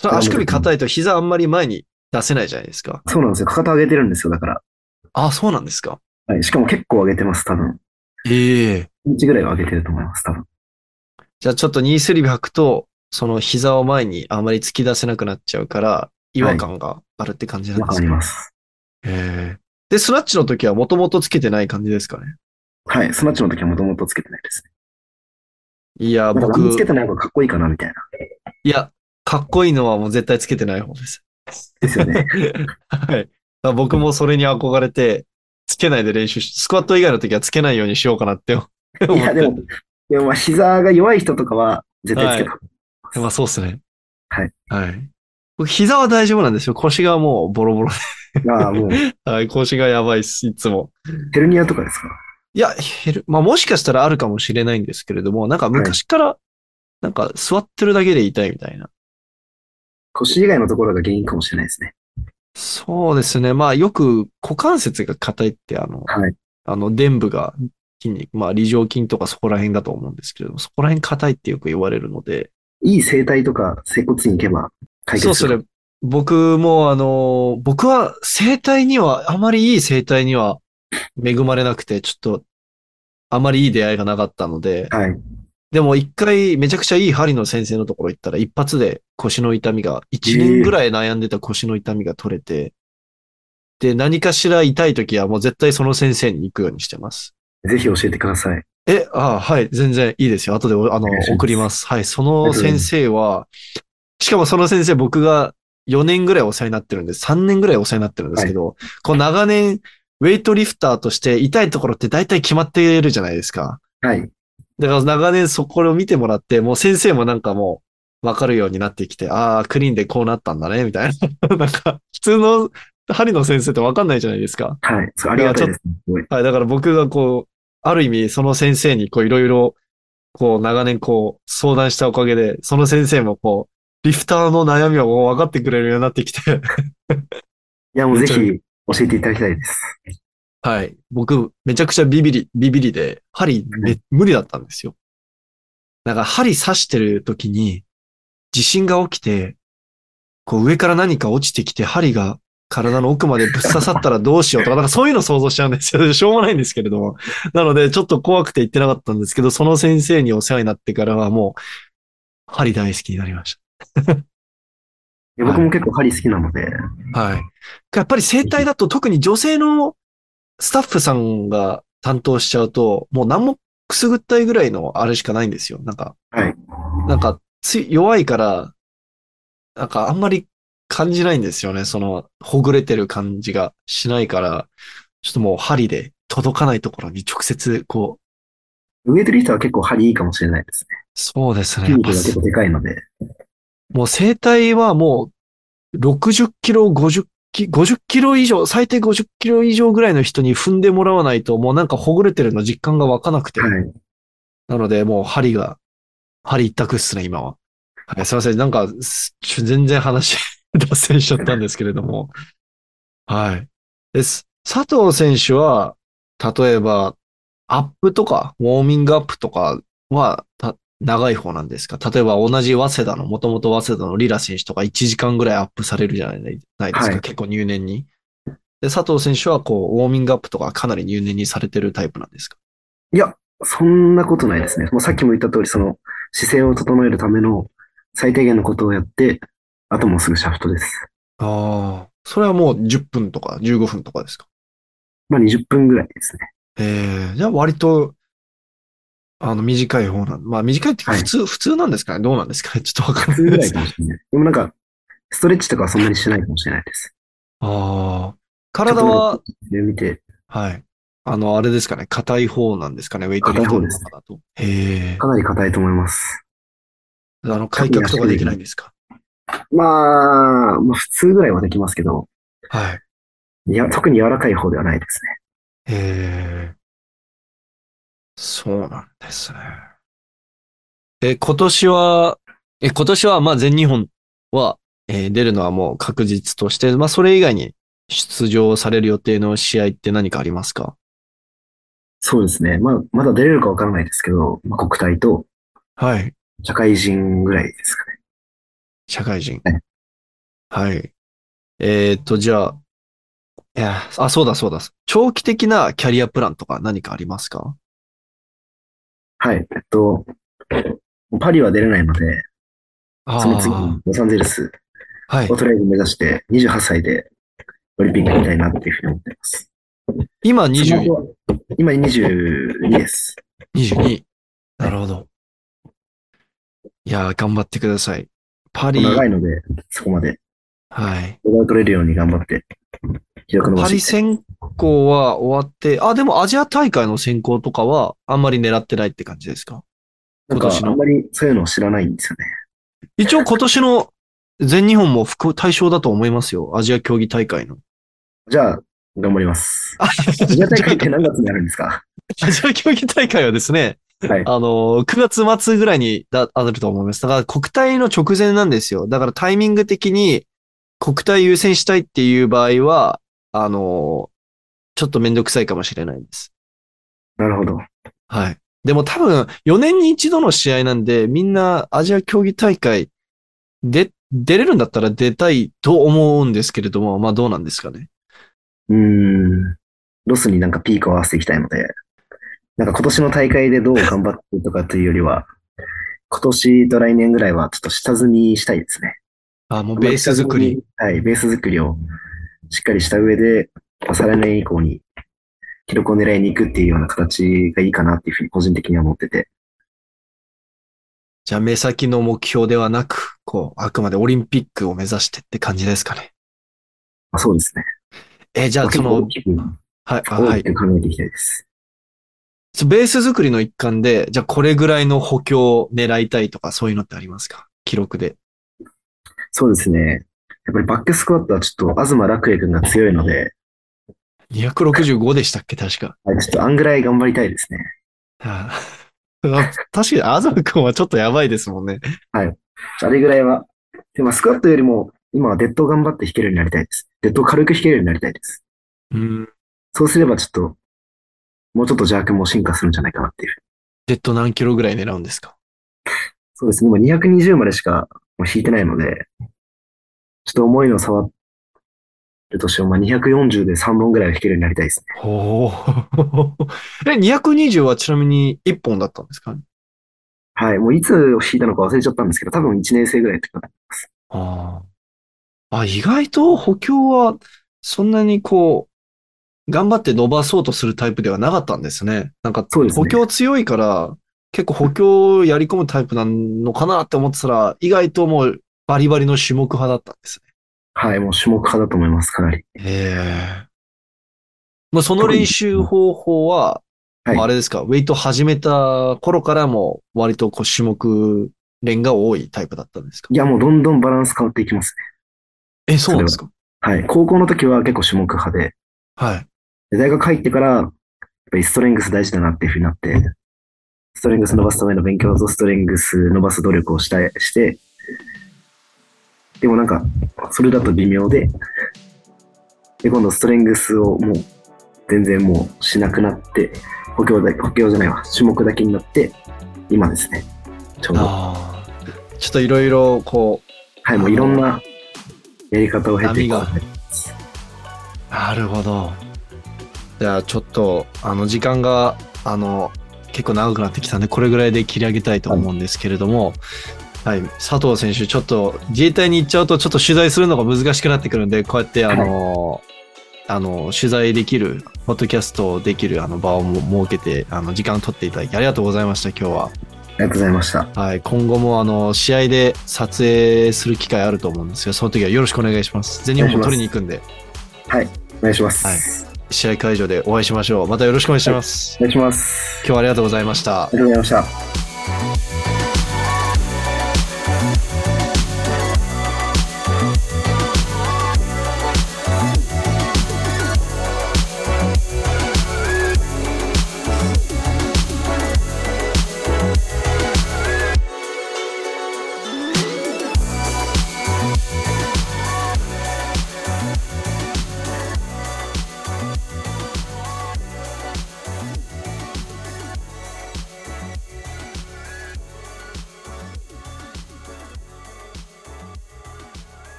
S1: それ足首硬いと膝あんまり前に出せないじゃないですか。
S2: そうなんですよ。かかと上げてるんですよ、だから。
S1: あ、そうなんですか。
S2: はい。しかも結構上げてます、多分。
S1: ええ
S2: 1日ぐらいは上げてると思います、多分。
S1: じゃあちょっとニースリーブ履くと、その膝を前にあまり突き出せなくなっちゃうから、違和感があるって感じなん
S2: わ
S1: で
S2: か
S1: す
S2: り
S1: ね。
S2: ます。
S1: へえで、スナッチの時はもともとつけてない感じですかね。
S2: はい。スナッチの時はもともとつけてないですね。
S1: いや、
S2: なんかあんま
S1: 僕、
S2: つけてない方がかっこいいかな、みたいな。
S1: いや、かっこいいのはもう絶対つけてない方です。 [laughs]
S2: ですよね。
S1: はい。だから僕もそれに憧れて、つけないで練習し、スクワット以外の時はつけないようにしようかなって思って。
S2: いや、でも、でもまあ膝が弱い人とかは絶対つけた。
S1: まあそうですね。
S2: はい。
S1: はい。僕膝は大丈夫なんですよ。腰がもうボロボロ。 [laughs]
S2: ああ、もう、
S1: はい、腰がやばいっす、いつも。
S2: ヘルニアとかですか
S1: いや、減る。まあ、もしかしたらあるかもしれないんですけれども、なんか昔から、なんか座ってるだけで痛いみたいな。
S2: 腰以外のところが原因かもしれないですね。
S1: そうですね。まあ、よく股関節が硬いって、あの、
S2: はい。
S1: あの、伝部が筋肉、まあ、梨状筋とかそこら辺だと思うんですけれども、そこら辺硬いってよく言われるので、
S2: いい整体とか、整骨院行けば解
S1: そう
S2: 決
S1: そ
S2: す
S1: れ
S2: る。、
S1: 僕もあの、僕は生体には、あまりいい生体には恵まれなくて、ちょっと、あまりいい出会いがなかったので、
S2: はい。
S1: でも一回めちゃくちゃいい針の先生のところ行ったら一発で腰の痛みが、一年ぐらい悩んでた腰の痛みが取れて、で、何かしら痛い時はもう絶対その先生に行くようにしてます。
S2: ぜひ教えてください。
S1: え、あはい、全然いいですよ。後でおあの
S2: お願いします
S1: 送ります。はい、その先生は、しかもその先生僕が4年ぐらいお世話になってるんです、3年ぐらいお世話になってるんですけど、こう長年ウェイトリフターとして痛いところって大体決まってるじゃないですか。
S2: はい。
S1: だから長年そこを見てもらって、もう先生もなんかもう分かるようになってきて、ああ、クリーンでこうなったんだね、みたいな。 [laughs] なんか、普通の針の先生って分かんないじゃないですか。
S2: はい。そうありがたいですね。すごい。
S1: はい、だから僕がこう、ある意味その先生にこういろいろ、こう長年こう相談したおかげで、その先生もこう、リフターの悩みをもう分かってくれるようになってきて、
S2: いや、もうぜひ
S1: め
S2: 教えていただきたいです。
S1: はい。僕、めちゃくちゃビビり、ビビりで、針め、無理だったんですよ。だから、針刺してる時に、地震が起きて、こう上から何か落ちてきて、針が体の奥までぶっ刺さったらどうしようとか、なんかそういうの想像しちゃうんですよ。しょうもないんですけれども。なので、ちょっと怖くて言ってなかったんですけど、その先生にお世話になってからはもう、針大好きになりまし
S2: いや僕も結構針好きなので、
S1: た。はい。やっぱり整体だと特に女性のスタッフさんが担当しちゃうと、もう何もくすぐったいぐらいのあれしかないんですよ。なんか、
S2: はい。
S1: なんかつい、弱いから、なんかあんまり感じないんですよね。その、ほぐれてる感じがしないから、ちょっともう針で届かないところに直接、こう、
S2: 植えてる人は結構針いいかもしれないですね。
S1: そうですね。
S2: 筋肉が結構でかいので。
S1: もう生体はもう、60キロ、50キロ、50キロ以上、最低50キロ以上ぐらいの人に踏んでもらわないと、もうなんかほぐれてるの実感が湧かなくて。
S2: はい。
S1: なので、もう針が、針一択っすね、今は。はい、すいません。なんか、すちょ全然話、 [laughs] 脱線しちゃったんですけれども。はい。です。佐藤選手は、例えば、アップとか、ウォーミングアップとかは、た長い方なんですか例えば同じ早稲田の、もともと早稲田のリラ選手とか1時間ぐらいアップされるじゃないないですか。
S2: はい
S1: 結構入念に。で、佐藤選手は、こう、ウォーミングアップとかかなり入念にされてるタイプなんですか
S2: いや、そんなことないですね。もうさっきも言った通り、その姿勢を整えるための最低限のことをやって、あともうすぐシャフトです。
S1: ああ、それはもう10分とか15分とかですか
S2: まあ20分ぐらいですね。
S1: ええじゃあ割と、あの、短い方なん、まあ短いっていうか
S2: はい
S1: 普通、普通なんですかねどうなんですかねち [laughs] ょっとわか
S2: 普
S1: ん
S2: 通
S1: ない
S2: ぐ
S1: で
S2: らい
S1: す。
S2: かもしれない。でもなんか、ストレッチとかはそんなにしないかもしれないです。
S1: ああ。体は、
S2: で見て、
S1: はい。あの、あれですかね硬い方なんですかねウェイトリフトの方だと。へえ。
S2: かなり硬いと思います。
S1: あの、開脚とかできないんですか
S2: まあ、まあ普通ぐらいはできますけど、
S1: はい。
S2: いや、特に柔らかい方ではないですね。
S1: へえ。そうなんですね。え、今年は、え、今年は、まあ、全日本は、えー出るのはもう確実として、まあ、それ以外に出場される予定の試合って何かありますか
S2: そうですね。まあ、まだ出れるかわからないですけど、まあ、国体と
S1: はい。
S2: 社会人ぐらいですかね。
S1: 社会人
S2: はい。
S1: はい。えーっと、じゃあ、いや、あ、そうだそうだ。長期的なキャリアプランとか何かありますか
S2: はい。えっと、パリは出れないので、
S1: あ
S2: その次にロサンゼルス
S1: あ、はい
S2: を。とりあえず目指して、28歳でオリンピックに行きたいなっていうふうに思っています。
S1: 今20、
S2: その後は今22です。
S1: 22。なるほど。いやー、頑張ってください。パリ、
S2: 長
S1: はい
S2: ので、そこまで、
S1: い。
S2: メダル取れるように頑張って、記録伸ば
S1: パ
S2: してい
S1: リ
S2: きたい。
S1: 選考は終わって、あ、でもアジア大会の選考とかはあんまり狙ってないって感じですか
S2: なん
S1: 今年
S2: か、
S1: の
S2: あんまりそういうのを知らないんですよね。
S1: 一応今年の全日本も含対象だと思いますよ。アジア競技大会の。
S2: じゃあ、頑張
S1: [laughs]
S2: ります。
S1: ア
S2: ア
S1: ジ
S2: ジア大会って何月にあるんですか
S1: 競技大会はですね、 [laughs]
S2: はい。
S1: あの、9月末ぐらいにだあると思います。だから国体の直前なんですよ。だからタイミング的に国体優先したいっていう場合は、あの、ちょっとめんどくさいかもしれないです。
S2: なるほど。
S1: はい。でも多分4年に一度の試合なんで、みんなアジア競技大会で、出れるんだったら出たいと思うんですけれども、まあどうなんですかね。
S2: うーん。ロスになんかピークを合わせていきたいので、なんか今年の大会でどう頑張ってとかというよりは、今年と来年ぐらいはちょっと下積みしたいですね。
S1: あ、もうベース作り。。
S2: はい、ベース作りをしっかりした上で、まあ再来年以降に記録を狙いに行くっていうような形がいいかなっていうふうに個人的には思ってて。
S1: じゃあ目先の目標ではなく、こう、あくまでオリンピックを目指してって感じですかね。
S2: まあ、そうですね。
S1: え、じゃ
S2: ま
S1: あ
S2: あ
S1: そ
S2: 結構
S1: の
S2: 大、きく、
S1: はい、あは
S2: 大
S1: い
S2: き。く考えていきたいです。
S1: そうベース作りの一環で、じゃあこれぐらいの補強を狙いたいとか、そういうのってありますか記録で。
S2: そうですね。やっぱりバックスクワットはちょっと東楽栄君が強いので、
S1: 265でしたっけ確か。
S2: はいちょっとあんぐらい頑張りたいですね。
S1: ああ確かに、あざむくんはちょっとやばいですもんね。
S2: あれぐらいは。でも、スクワットよりも、今はデッドを頑張って弾けるようになりたいです。デッドを軽く弾けるようになりたいです。
S1: うん。
S2: そうすればちょっと、もうちょっと邪悪も進化するんじゃないかなっていう。
S1: デッド何キロぐらい狙うんですか
S2: そうですね。今220までしか、まあもう引いてないので、ちょっと重いの触るとしても、まあ、240で3本ぐらいは弾けるようになりたいですね。
S1: ほう。で、220はちなみに1本だったんですか
S2: はい。もういつ弾いたのか忘れちゃったんですけど、多分1年生ぐらいとか。
S1: ああ。あ、意外と補強はそんなにこう、頑張って伸ばそうとするタイプではなかったんですね。なんか
S2: そうですね
S1: 補強強いから、結構補強をやり込むタイプなのかなって思ってたら、意外ともうバリバリの種目派だったんです
S2: はい。もう種目派だと思います、かなり。
S1: ね。へえ。もうその練習方法は、
S2: はい
S1: もうあれですか、ウェイト始めた頃からも割とこう種目連が多いタイプだったんですか
S2: いや、もうどんどんバランス変わっていきますね。
S1: え、そうなんですか
S2: はい。高校の時は結構種目派で、
S1: はい。
S2: で大学入ってから、やっぱりストレングス大事だなっていうふうになって、ストレングス伸ばすための勉強とストレングス伸ばす努力をしたい、して、でもなんか、それだと微妙で、で、今度ストレングスをもう、全然もうしなくなって、補強だ、補強じゃないわ、種目だけになって、今ですね。ちょうど。
S1: ああ。ちょっといろいろこう、
S2: はい、もういろんなやり方を経ていこう
S1: 波なるほど。じゃあちょっとあの時間があの結構長くなってきたんでこれぐらいで切り上げたいと思うんですけれども、はい佐藤選手ちょっと自衛隊に行っちゃうとちょっと取材するのが難しくなってくるんでこうやってあの、あの取材できるポッドキャストできるあの場をも設けてあの時間を取っていただきありがとうございました今日は。
S2: ありがとうございました。
S1: はい、今後もあの試合で撮影する機会あると思うんですけどその時はよろしくお願いします。全日本も取りに行くんで。
S2: お願いします。
S1: はい試合会場でお会いしましょう。またよろしくお願いします。
S2: お願いします。
S1: 今日はありがとうございました
S2: あ。りがとうございました。
S1: あ